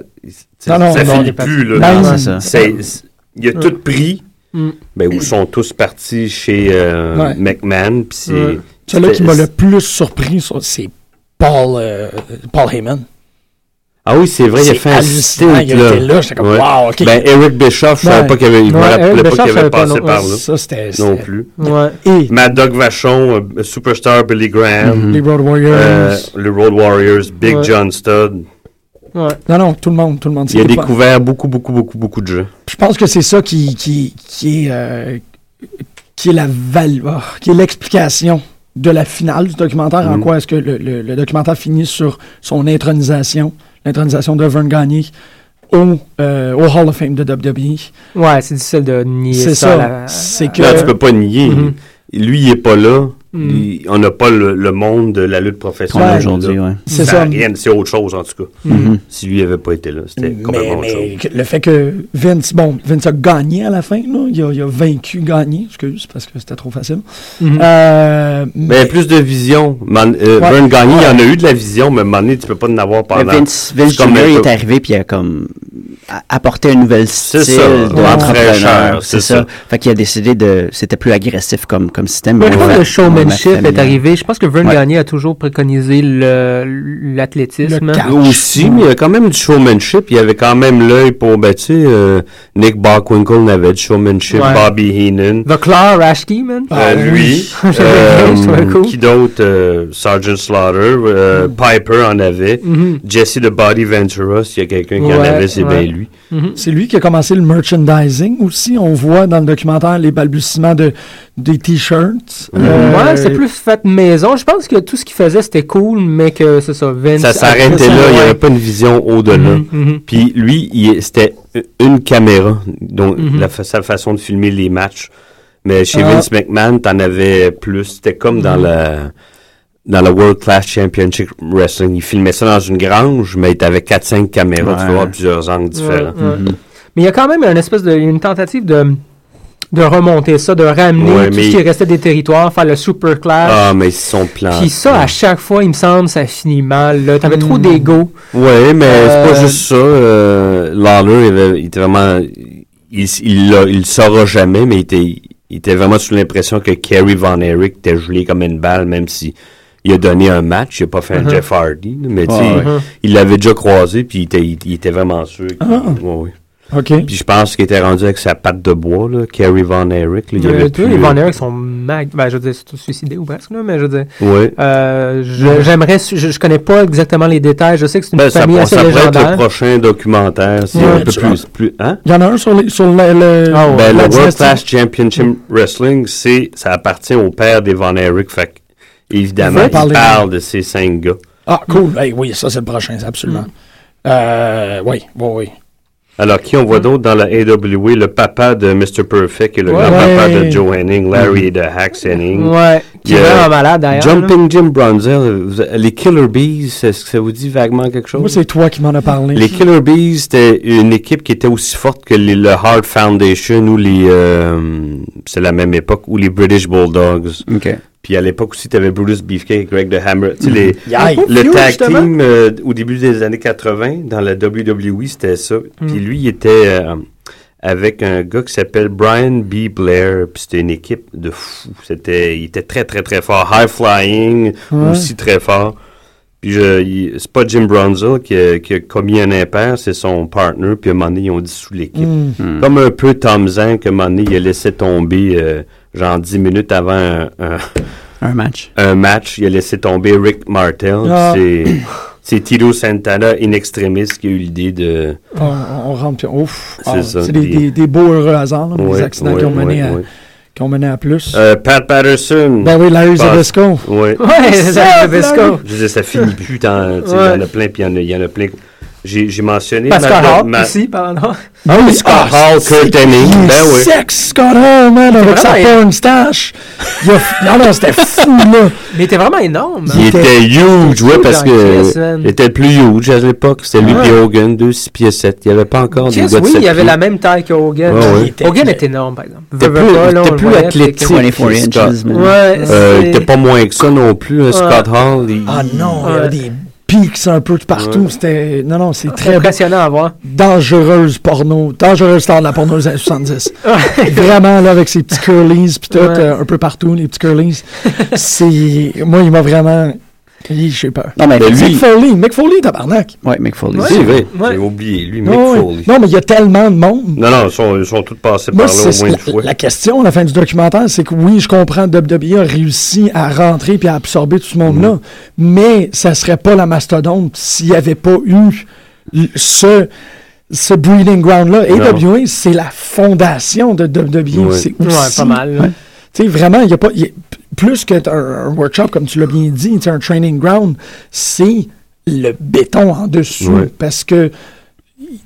S5: Non, non,
S8: ça
S5: non,
S8: finit
S5: les
S8: plus, là.
S5: Non,
S7: c'est ça.
S8: C'est- c'est- Il a tout pris.
S6: Mm.
S8: Ben, ils sont tous partis chez euh,
S5: Ouais.
S8: McMahon. puis c'est-
S6: Ouais.
S5: Celui qui m'a
S8: c'est-
S5: le plus surpris, ça, c'est Paul, euh, Paul Heyman.
S8: Ah oui, c'est vrai, il a
S5: C'est
S8: fait un stint,
S5: hallucinant, il était là, j'étais comme, wow, ok.
S8: Ben, Eric Bischoff, je
S5: Ouais.
S8: savais pas qu'il avait, il me
S6: Ouais, Eric
S8: rappelait pas
S6: Bischoff,
S8: qu'il
S6: je savais
S8: avait
S6: pas,
S8: passé
S6: non.
S8: par là.
S5: Ça, c'était.
S8: Non
S5: c'était-
S8: plus.
S6: Ouais.
S5: Et
S8: Mad Dog Vachon, euh, Superstar Billy Graham,
S5: les Road Warriors.
S8: Mm-hmm. euh, les Road Warriors, Big
S6: Ouais.
S8: John Studd.
S6: Ouais.
S5: Non, non, tout le monde, tout le monde.
S8: Il a
S5: C'était pas-
S8: découvert beaucoup, beaucoup, beaucoup, beaucoup de jeux.
S5: Je pense que c'est ça qui, qui, qui est, euh, qui est la val- ah, qui est l'explication de la finale du documentaire. En
S8: Mhm.
S5: quoi est-ce que le, le- le documentaire finit sur son intronisation, l'intronisation de Vern Gagné au, euh, au Hall of Fame de WWE.
S6: Ouais, c'est difficile de nier ça.
S5: C'est ça.
S6: là.
S5: C'est que.
S8: Là, tu peux pas nier.
S6: Mhm.
S8: Lui, il est pas là.
S6: Mhm.
S8: Il- on n'a pas le, le monde de la lutte
S7: qu'on a
S8: professionnelle.
S7: aujourd'hui,
S8: là.
S7: ouais.
S5: C'est
S8: Ça
S5: ça.
S8: a rien, c'est autre chose, en tout cas.
S7: Mhm.
S8: Si lui avait pas été là, c'était
S5: Mais,
S8: complètement autre
S5: mais
S8: chose.
S5: que- le fait que Vince, bon, Vince a gagné à la fin, là. Il, a, il a vaincu, gagné, excuse, parce que c'était trop facile.
S8: Mm-hmm.
S6: Mhm.
S5: Euh,
S8: Mais plus de vision. Man, euh,
S5: Ouais.
S8: Vern Gagné, il y en a eu de la vision, mais Mané, tu peux pas en avoir
S7: Mais
S8: pendant.
S7: Vince, Vince
S8: C'est comme
S7: Jr.
S8: un
S7: est
S8: peu-
S7: arrivé puis il a comme a- apporté un nouvel
S8: C'est
S7: style
S8: ça, l'entraîneur,
S7: d'entrepreneur.
S8: c'est
S7: C'est
S8: ça.
S7: ça. Fait qu'il a décidé de. C'était plus agressif comme, comme système.
S6: Mais
S7: mais
S6: quand
S7: ouais,
S6: le
S7: ouais,
S6: showmanship
S7: familial.
S6: est arrivé, je pense que Vern
S7: Ouais.
S6: Gagné a toujours préconisé le- l'athlétisme.
S5: Le car-
S8: Aussi, mais il y a quand même du showmanship. Il y avait quand même l'œil pour, ben, tu sais, euh, Nick Bockwinkel avait du showmanship,
S6: Ouais.
S8: Bobby Heenan.
S6: The Claw Rashke, man.
S8: euh, lui,
S6: oui.
S8: euh,
S6: Je trouvais cool. Mm.
S8: qui d'autre, euh, Sergeant Slaughter, euh, Piper en avait,
S6: Mhm.
S8: Jesse the Body Ventura, s'il y a quelqu'un qui en
S6: Ouais,
S8: avait, c'est
S6: ouais.
S8: bien lui.
S5: C'est lui qui a commencé le merchandising aussi. On voit dans le documentaire les balbutiements de, des t-shirts. Euh,
S6: ouais, c'est plus fait maison. Je pense que tout ce qu'il faisait, c'était cool, mais que c'est ça, Vince...
S8: Ça s'arrêtait là, il n'y avait pas une vision au-delà.
S6: Mhm, mhm.
S8: Puis lui, il- c'était une caméra, donc
S6: Mm-hmm.
S8: la fa- sa façon de filmer les matchs. Mais chez
S6: Ah.
S8: Vince McMahon, t'en avais plus. C'était comme
S6: Mm-hmm.
S8: dans la dans la World Class Championship Wrestling. Il filmait ça dans une grange, mais t'avais 4-5 caméras, tu
S7: Ouais.
S8: vas voir plusieurs angles différents.
S6: Ouais, ouais. Mais il y a quand même une espèce de... une tentative de de remonter ça, de ramener
S8: Ouais,
S6: tout
S8: mais-
S6: ce qui restait des territoires, faire le super clash.
S8: Ah, mais Mm. ils se sont plantés.
S6: Puis ça, à chaque fois, il me semble, ça finit mal. là. T'avais
S8: Mm.
S6: trop d'ego.
S8: Ouais, mais c'est pas
S6: Euh,
S8: juste ça. Euh, Lawler, il, avait- il était vraiment. Il, il, l'a- il le saura jamais, mais il était, il était vraiment sous l'impression que Kerry Von Erich était gelé comme une balle, même si il a donné un match. Il n'a pas fait un Jeff Hardy, là, mais tu sais,
S7: Ouais,
S6: Mm-hmm. ouais.
S8: il l'avait déjà croisé, puis il était, il, il était vraiment sûr. qu'il-
S6: Ah.
S8: ouais, ouais.
S5: OK.
S8: Puis je pense qu'il était rendu avec sa patte de bois, là, Kerry Von Erich. là, il avait
S6: Euh, tous
S8: plus-
S6: les Von Erich sont mag... Ben, je veux dire, c'est tous suicidés ou presque, là, mais je veux dire...
S8: Ouais.
S6: Euh, je- j'aimerais, su- je, je connais pas exactement les détails. Je sais que c'est une
S8: Ben, ça,
S6: famille
S8: pour-
S6: assez
S8: ça pourrait être le
S6: légendaire.
S8: prochain documentaire. C'est
S5: Ouais,
S8: un peu
S5: tu-
S8: plus, plus. Hein?
S5: Il y en a un sur, les, sur le, le-
S6: Ah ouais.
S8: Ben,
S5: la
S8: le World
S5: dynastie.
S8: Class Championship
S6: Mm.
S8: Wrestling, c'est, ça appartient au père des Von Erich. Fait que, évidemment,
S5: Faut
S8: il
S5: parler.
S8: parle de ces cinq gars.
S5: Ah, cool. Hey, oui, ça, c'est le prochain, c'est absolument.
S6: Mm.
S5: Euh, oui, oui, oui.
S8: Alors, qui on voit d'autre dans la AWA? Le papa de Mr. Perfect et le
S6: Mm. Ouais. Mm.
S8: grand-papa
S5: Ouais.
S8: de Joe Henning, Larry de Hacks Henning.
S6: Ouais, qui est
S8: Il y a
S6: vraiment malade d'ailleurs.
S8: Jumping Jim Bronzer, vous- les Killer Bees, est-ce que ça vous dit vaguement quelque chose?
S5: Moi, c'est toi qui m'en as parlé.
S8: Les Killer Bees, c'était une équipe qui était aussi forte que les- le Hard Foundation ou les. euh, c'est la même époque, ou les British Bulldogs.
S7: OK.
S8: Puis à l'époque aussi, tu avais Brutus Beefcake et Greg the Hammer. Tu sais, les-
S5: Aïe.
S8: le
S6: Feud,
S8: tag
S6: justement.
S8: team euh, au début des années 80 dans la WWE, c'était ça. Puis lui, il était euh, avec un gars qui s'appelle Brian B. Blair. Puis c'était une équipe de fous. C'était, il était très, très, très fort. High flying, aussi très fort. Puis je- il- c'est pas Jim Brunzel qui a, qui a commis un impair, c'est son partner, puis à un moment donné, ils ont dissous l'équipe. Mm. Comme un peu Tom Zank, à un moment donné, il a laissé tomber, euh, genre 10 minutes avant un- un,
S7: Un match.
S8: un match, il a laissé tomber Rick Martel.
S5: Ah.
S8: C'est, c'est Tito Santana, in extremis, qui a eu l'idée de.
S5: On, on rentre, puis on- ouf.
S8: C'est
S5: ah,
S8: ça,
S5: C'est des,
S8: puis-
S5: des- des beaux heureux hasards, là,
S8: Ouais,
S5: Ah, des accidents
S8: ouais,
S5: qui, ont mené
S8: ouais,
S5: à,
S8: ouais.
S5: qui ont mené à plus.
S8: Euh, Pat Patterson.
S5: ben oui, Larry
S8: passe-
S5: Zabisco.
S6: Ouais,
S8: Ouais.
S6: c'est ça, Tabasco.
S8: Je veux dire, ça finit plus tant. tu sais, Il y en a plein, puis il y en a- il y en a plein. J'ai, j'ai mentionné.
S6: Pascal
S8: ma-
S6: Hart
S8: ma-
S6: aussi, pardon.
S5: Ah oui,
S8: Scott Hall, Kurt Hennig. Ben oui.
S5: Sex, Scott Hall, man, hein, avec sa
S6: vraiment-
S5: porn stache. Il a f- Non, non, c'était fou, là.
S6: Mais il était vraiment énorme. hein.
S8: Il était huge, ouais, parce que.
S6: Jason.
S8: Il était le plus huge à l'époque. C'était lui
S5: Ah.
S6: Ouais.
S8: et Hogan, 2, 6 pieds 7. Il n'y avait pas encore
S6: Chris,
S8: des gars de
S6: oui,
S8: sept
S6: il avait
S8: pieds.
S6: la même taille que Hogan.
S8: Ouais, ouais.
S6: Hogan est énorme, par exemple.
S8: T'es
S6: Veux,
S8: plus-
S6: veux pas, là, on
S8: t'es
S6: le
S8: plus
S6: voyait,
S8: athlétique.
S6: c'est que-
S7: 24 inches.
S8: Scott.
S7: man.
S6: Ouais,
S8: Euh, il
S6: c'est-
S8: était pas moins que ça non plus, hein, Scott Hall. il-
S5: Ah non, il y
S6: Ouais.
S5: avait des pics un peu de partout. C'était. Non, non, c'est
S6: c'est
S5: très
S6: impressionnant à voir.
S5: dangereuse porno. Dangereuse star de la porno des années 70. vraiment, là, avec ses petits curlies, puis tout,
S6: Ouais.
S5: euh, un peu partout, les petits curlies. c'est. Moi, il m'a vraiment. Hi, J'ai peur.
S7: Non, mais
S8: Ben,
S7: lui.
S5: Mick Foley, Mick Foley, tabarnak.
S7: Ouais, Mick Foley.
S6: Ouais.
S8: C'est vrai,
S6: Ouais.
S8: j'ai oublié, lui, Mick
S5: Non,
S8: Foley.
S5: non, mais il y a tellement de monde.
S8: Non, non, ils sont, ils sont tous passés
S5: Moi,
S8: par là au
S5: c'est
S8: moins
S5: la,
S8: une fois.
S5: la question à la fin du documentaire, c'est que oui, je comprends que WWE a réussi à rentrer puis à absorber tout ce
S8: Mm-hmm.
S5: monde-là, mais ça serait pas la mastodonte s'il n'y avait pas eu l- ce, ce breeding ground-là.
S8: Non.
S5: AWA, c'est la fondation de WWE.
S8: Ouais.
S5: C'est
S6: Ouais,
S5: aussi-
S6: pas mal. là.
S5: Tu sais, vraiment, il n'y a pas. il y a- p- plus qu'un un workshop, comme tu l'as bien dit, tu sais, un training ground, c'est le béton en dessous.
S8: Ouais.
S5: Parce que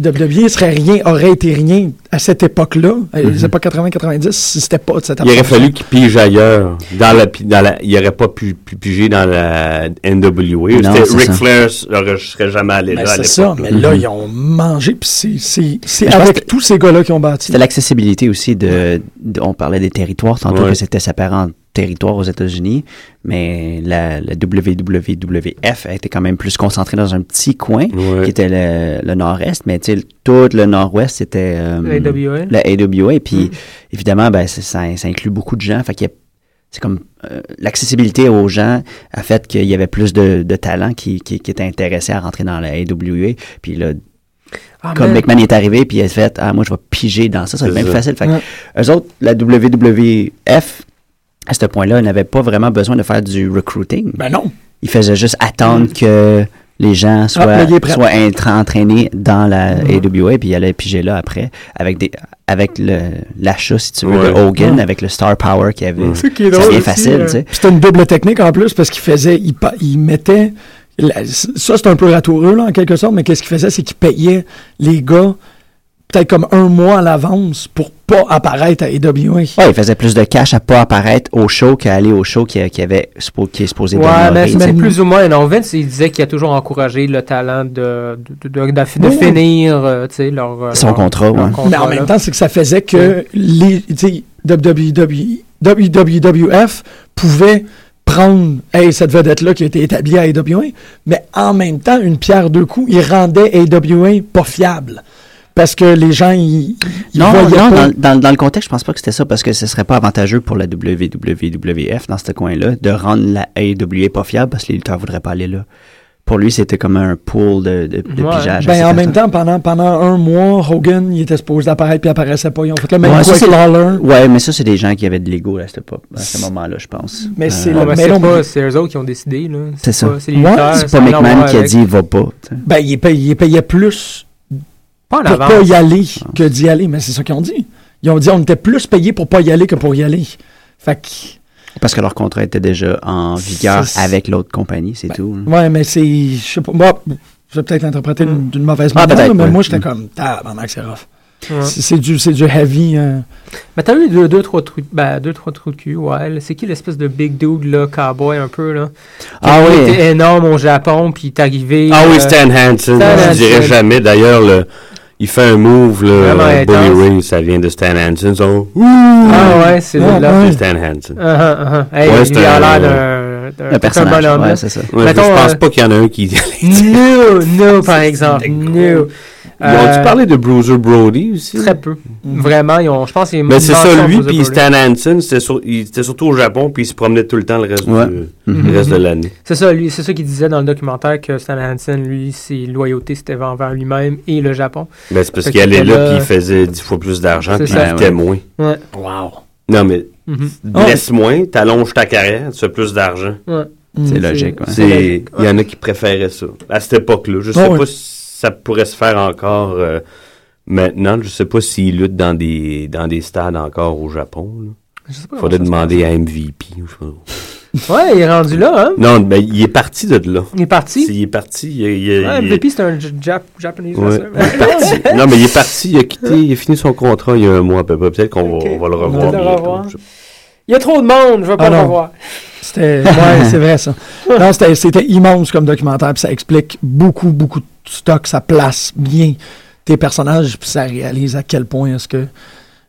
S5: WWE serait rien, aurait été rien à cette époque-là, Euh, à les époques 80-90, si c'était pas de cette
S8: Mm-hmm. Il aurait
S5: approche.
S8: fallu qu'il pige ailleurs. Dans la, pi- dans la, il n'aurait pas pu, pu piger dans la NWA.
S7: Non,
S8: C'était
S7: c'est
S8: Ric
S7: ça.
S8: Flair ne serait jamais allé
S5: Mais
S8: là à
S5: Ben, c'est ça,
S8: l'époque.
S5: mais là, ils ont mangé, puis c'est- c'est c'est
S7: Mais je pense
S5: avec
S7: que-
S5: tous ces gars-là qui ont bâti.
S7: C'était l'accessibilité aussi de, de- On parlait des territoires tantôt
S8: Ouais.
S7: que c'était sa parent territoire aux États-Unis, mais la, la WWWF a été quand même plus concentrée dans un petit coin
S8: Ouais.
S7: qui était le, le nord-est, mais tu sais, tout le nord-ouest c'était euh,
S6: La AWA.
S7: la AWA, puis évidemment ben c'est- ça, ça inclut beaucoup de gens, fait qu'il y a- c'est comme euh, l'accessibilité aux gens a fait qu'il y avait plus de, de talents qui, qui, qui étaient intéressés à rentrer dans la AWA, puis là
S6: Ah,
S7: comme
S6: man.
S7: McMahon est arrivé, puis il a fait Ah, moi, je vais piger dans ça, ça va être
S8: C'est
S7: même
S8: ça.
S7: facile. Fait
S5: Ouais.
S7: que Eux autres, la WWF, à ce point-là, ils n'avaient pas vraiment besoin de faire du recruiting.
S5: Ben non.
S7: Ils faisaient juste
S6: Mm.
S7: attendre que les gens
S6: Ah,
S7: soient,
S5: ben, il est prêt.
S7: soient entra- entraînés dans la
S6: Mm.
S7: AWA, puis ils allaient piger là après, avec, des, avec le- l'achat, si tu veux, de
S8: Ouais.
S7: Hogan, avec le star power qu'il y avait.
S8: Ouais.
S7: C'est
S6: Mm. qui est drôle
S7: bien
S6: aussi,
S7: facile,
S6: euh,
S7: tu sais.
S5: Puis C'était une double technique en plus parce qu'il faisait, il, pa- il mettait, la- ça c'est un peu ratoureux là, en quelque sorte, mais qu'est-ce qu'il faisait, c'est qu'il payait les gars peut-être comme un mois à l'avance pour pas apparaître à AWA.
S7: Ouais, il faisait plus de cash à pas apparaître au show qu'à aller au show qui, qui, avait, suppo- qui est supposé demeurer,
S6: Ouais, mais
S7: tu sais.
S6: c'est plus ou moins. Non, Vince, il disait qu'il a toujours encouragé le talent de, de, de, de- de
S5: Oui.
S6: finir euh, tu sais, leur, euh,
S7: Son
S6: leur-
S7: contrat,
S6: leur
S7: ouais.
S6: contrat,
S5: Mais en
S6: là.
S5: même temps, c'est que ça faisait que les, tu sais, WWE WWF pouvait prendre hey, cette vedette-là qui a été établie à AWA, mais en même temps, une pierre deux coups, il rendait AWA pas fiable. Parce que les gens, ils, ils
S7: Non, non,
S5: voyaient
S7: non,
S5: pas.
S7: dans, dans- dans le contexte, je pense pas que c'était ça parce que ce serait pas avantageux pour la WWF dans ce coin-là de rendre la AEW pas fiable parce que les lutteurs voudraient pas aller là. Pour lui, c'était comme un pool de, de, de
S6: Ouais.
S7: pigeage.
S5: Ben,
S7: à
S5: en
S7: ces
S5: même
S7: personnes.
S5: temps, pendant, pendant un mois, Hogan, il était supposé apparaître puis il apparaissait pas. Ils ont fait le même
S7: Ouais,
S5: coup
S7: ça,
S5: avec
S7: c'est-
S5: Lawler.
S7: Ouais, mais ça, c'est des gens qui avaient de l'ego à, cette époque- à ce moment-là, je pense.
S5: Mais
S7: Euh,
S5: c'est le-
S6: Ouais, mais
S5: mais
S6: c'est
S5: non,
S6: pas-
S5: mais-
S6: c'est eux autres qui ont décidé. là.
S7: C'est ça.
S6: pas- C'est les
S5: Ouais,
S6: lutteurs,
S7: c'est
S6: ça
S7: pas
S6: n'a rien à
S7: McMahon
S6: voir
S7: qui a
S6: avec-
S7: dit va pas. tu sais.
S5: Ben, il payait, il payait plus
S6: Pas en
S5: pour
S6: avance.
S5: pas y aller que d'y aller. Mais c'est ça qu'ils ont dit. Ils ont dit on était plus payé pour pas y aller que pour y aller. Fait que,
S7: Parce que leur contrat était déjà en vigueur
S5: C'est- Ben,
S7: avec l'autre compagnie, c'est tout. là.
S5: ouais, mais c'est. Je sais pas. Moi, je vais peut-être l'interpréter d'une- d'une mauvaise
S7: Ah,
S5: manière, là,
S7: peut-être,
S5: mais
S7: ouais. Hmm.
S5: moi, j'étais
S7: Mm.
S5: comme. Ah, ben, Max, c'est rough.
S6: Ouais.
S5: C'est c'est du, c'est du heavy. euh,
S6: Mais t'as eu deux, deux, trois trous, ben, deux, trois trous de cul, ouais. là. C'est qui l'espèce de big dude, là, cowboy un peu, là?
S7: Ah
S6: Qui
S7: oui.
S6: était énorme au Japon, puis il est arrivé.
S8: Ah oui,
S6: euh,
S8: Stan Hansen,
S6: Stan
S8: je
S6: Hansen.
S8: dirais jamais. D'ailleurs, le- il fait un move, le
S6: Vraiment
S8: euh,
S6: intense.
S8: Bully Ray, ça vient de Stan Hansen. son-
S6: Ah ouais, c'est
S5: Ah,
S6: là.
S5: ouais.
S8: C'est Stan Hansen.
S6: Ah, ah, ah, ah. Hey,
S8: Ouais,
S6: il
S8: c'est
S6: a
S8: un-
S6: l'air d'un- d'un
S7: Le
S6: d'un
S7: personnage.
S6: bonhomme, là.
S7: Ouais, c'est ça.
S8: Ouais,
S6: Mettons,
S8: je pense
S6: euh,
S8: pas qu'il y en a un qui...
S6: No, no, par exemple. No.
S8: Ils ont-tu
S6: Euh,
S8: parlé de Bruiser Brody aussi?
S6: Très peu. Vraiment, ils ont, je pense qu'ils
S8: Mais c'est
S6: mentionné
S8: ça, lui,
S6: Bruiser
S8: puis
S6: Brody.
S8: Stan Hansen, c'était sur- il était surtout au Japon, puis il se promenait tout le temps le reste,
S7: Ouais.
S8: du-
S6: Mhm.
S8: le reste de l'année.
S6: C'est ça, lui, c'est ça qu'il disait dans le documentaire que Stan Hansen, lui, ses loyautés, c'était envers lui-même et le Japon.
S8: Mais c'est parce
S6: Fait
S8: qu'il
S6: qu'il
S8: allait
S6: était
S8: là,
S6: là-
S8: puis il faisait dix fois plus d'argent,
S6: C'est
S8: puis
S6: ça.
S8: il était moins.
S6: Ouais.
S8: Non, mais
S6: Mhm.
S8: laisse moins, t'allonges ta carrière, tu fais plus d'argent.
S6: Ouais.
S7: C'est logique. ouais.
S8: C'est- Il y en a qui préféraient ça, à cette époque-là. Je sais
S5: Ah
S8: pas
S5: oui.
S8: si ça pourrait se faire encore euh, maintenant. Je sais pas s'ils luttent dans des, dans des stades encore au Japon. là.
S6: Je sais pas
S8: Faudrait
S6: comment ça se
S8: demander à MVP. ou je sais pas.
S6: passe. Ouais, il est rendu là, hein.
S8: Non, ben, il est parti de là.
S6: Il est parti.
S8: Il est parti. Il, il-
S6: Ouais,
S8: il-
S6: MVP, c'est un J- Jap Japanese
S8: Ouais.
S6: wrestler.
S8: Il est parti. non, mais il est parti, il a quitté, il a fini son contrat il y a un mois à peu près. Peut-être qu'on
S6: Ok.
S8: va, on va le
S6: On va
S8: revoir.
S6: le
S8: bientôt,
S6: revoir.
S8: je sais
S6: Il y a trop de monde, je vais pas
S5: Ah
S6: le
S5: non.
S6: revoir.
S5: C'était, ouais, c'est vrai ça. Non, c'était, c'était immense comme documentaire, puis ça explique beaucoup, beaucoup de stock, ça place bien tes personnages, puis ça réalise à quel point est-ce que,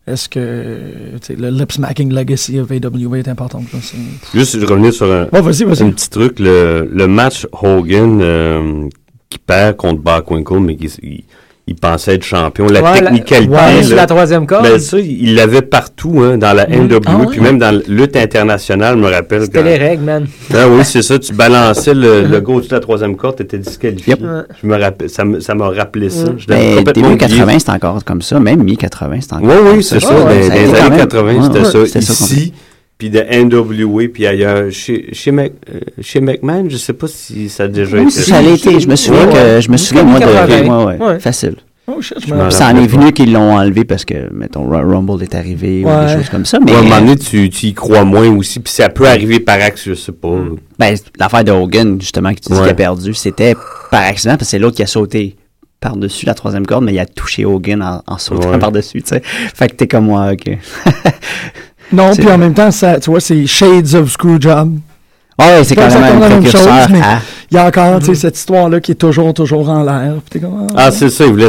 S5: est-ce que, tu sais, le lip smacking legacy of AWA est important. là, c'est-
S8: Juste je revenir sur un,
S5: Ouais, vas-y,
S8: un
S5: vas-y.
S8: petit truc, le, le match Hogan euh, qui perd contre Bachwinkle, mais qui s- il, il pensait être champion. La
S6: Ouais, la-
S8: technicalité,
S6: ouais, sur
S8: là,
S6: la troisième corde.
S8: ben, ça, il il l'avait partout, hein, dans la NWA,
S5: Ah ouais?
S8: puis même dans la lutte internationale, je me rappelle.
S6: C'était les règles, man.
S8: Ah oui, c'est ça, tu balançais le, le go de la troisième corde, t'étais disqualifié.
S7: Yep.
S6: Ouais.
S8: Je me rappelle, ça me- ça m'a rappelé ça.
S6: Mm.
S8: Je l'avais
S7: Mais
S8: complètement
S7: début
S8: oublié.
S7: 80, c'est encore comme ça. Même mi-80, c'est encore
S8: Oui,
S7: comme
S8: oui, c'est ça.
S7: Ouais,
S8: Dans
S7: ça a été
S8: les
S7: quand
S8: années
S7: même-
S8: 80, c'était
S7: ouais, ouais, qu'on-
S8: ça. Ici, puis de NWA, puis ailleurs. Chez, chez, Mc- euh, chez McMahon, je sais pas si ça a déjà
S7: Oui,
S8: été.
S7: si ça l'était. Je me souviens
S8: Ouais,
S7: que je me souviens moi de
S6: 80.
S7: ouais, ouais,
S6: Ouais.
S7: facile.
S5: Oh shit, je
S8: Je
S5: me-
S8: me
S7: Puis ça en est
S8: rappelle
S7: venu qu'ils l'ont enlevé parce que mettons Royal Rumble est arrivé ou
S5: Ouais.
S7: des choses comme ça.
S8: pas.
S7: Mais euh,
S8: Ouais, à un moment donné, tu, tu y crois moins aussi, puis ça peut arriver par axe, je sais pas.
S7: ben, l'affaire de Hogan justement que tu dis
S8: Ouais.
S7: qu'il a perdu, c'était par accident parce que c'est l'autre qui a sauté par-dessus la troisième corde, mais il a touché Hogan en, en sautant
S8: Ouais.
S7: par-dessus, tu sais. Fait que t'es comme moi, ok.
S5: Non,
S7: C'est-
S5: puis en même temps, ça, tu vois, c'est Shades of Screwjob.
S7: Ouais, c'est quand
S5: Ouais,
S7: même
S5: ça
S7: un
S5: tombe dans la même
S7: précurseur
S5: chose, mais-
S7: à-
S5: Mm-hmm. Il y a encore, tu sais, cette histoire-là qui est toujours, toujours en l'air. puis t'es comme, ah,
S8: Ah, c'est ça, il voulait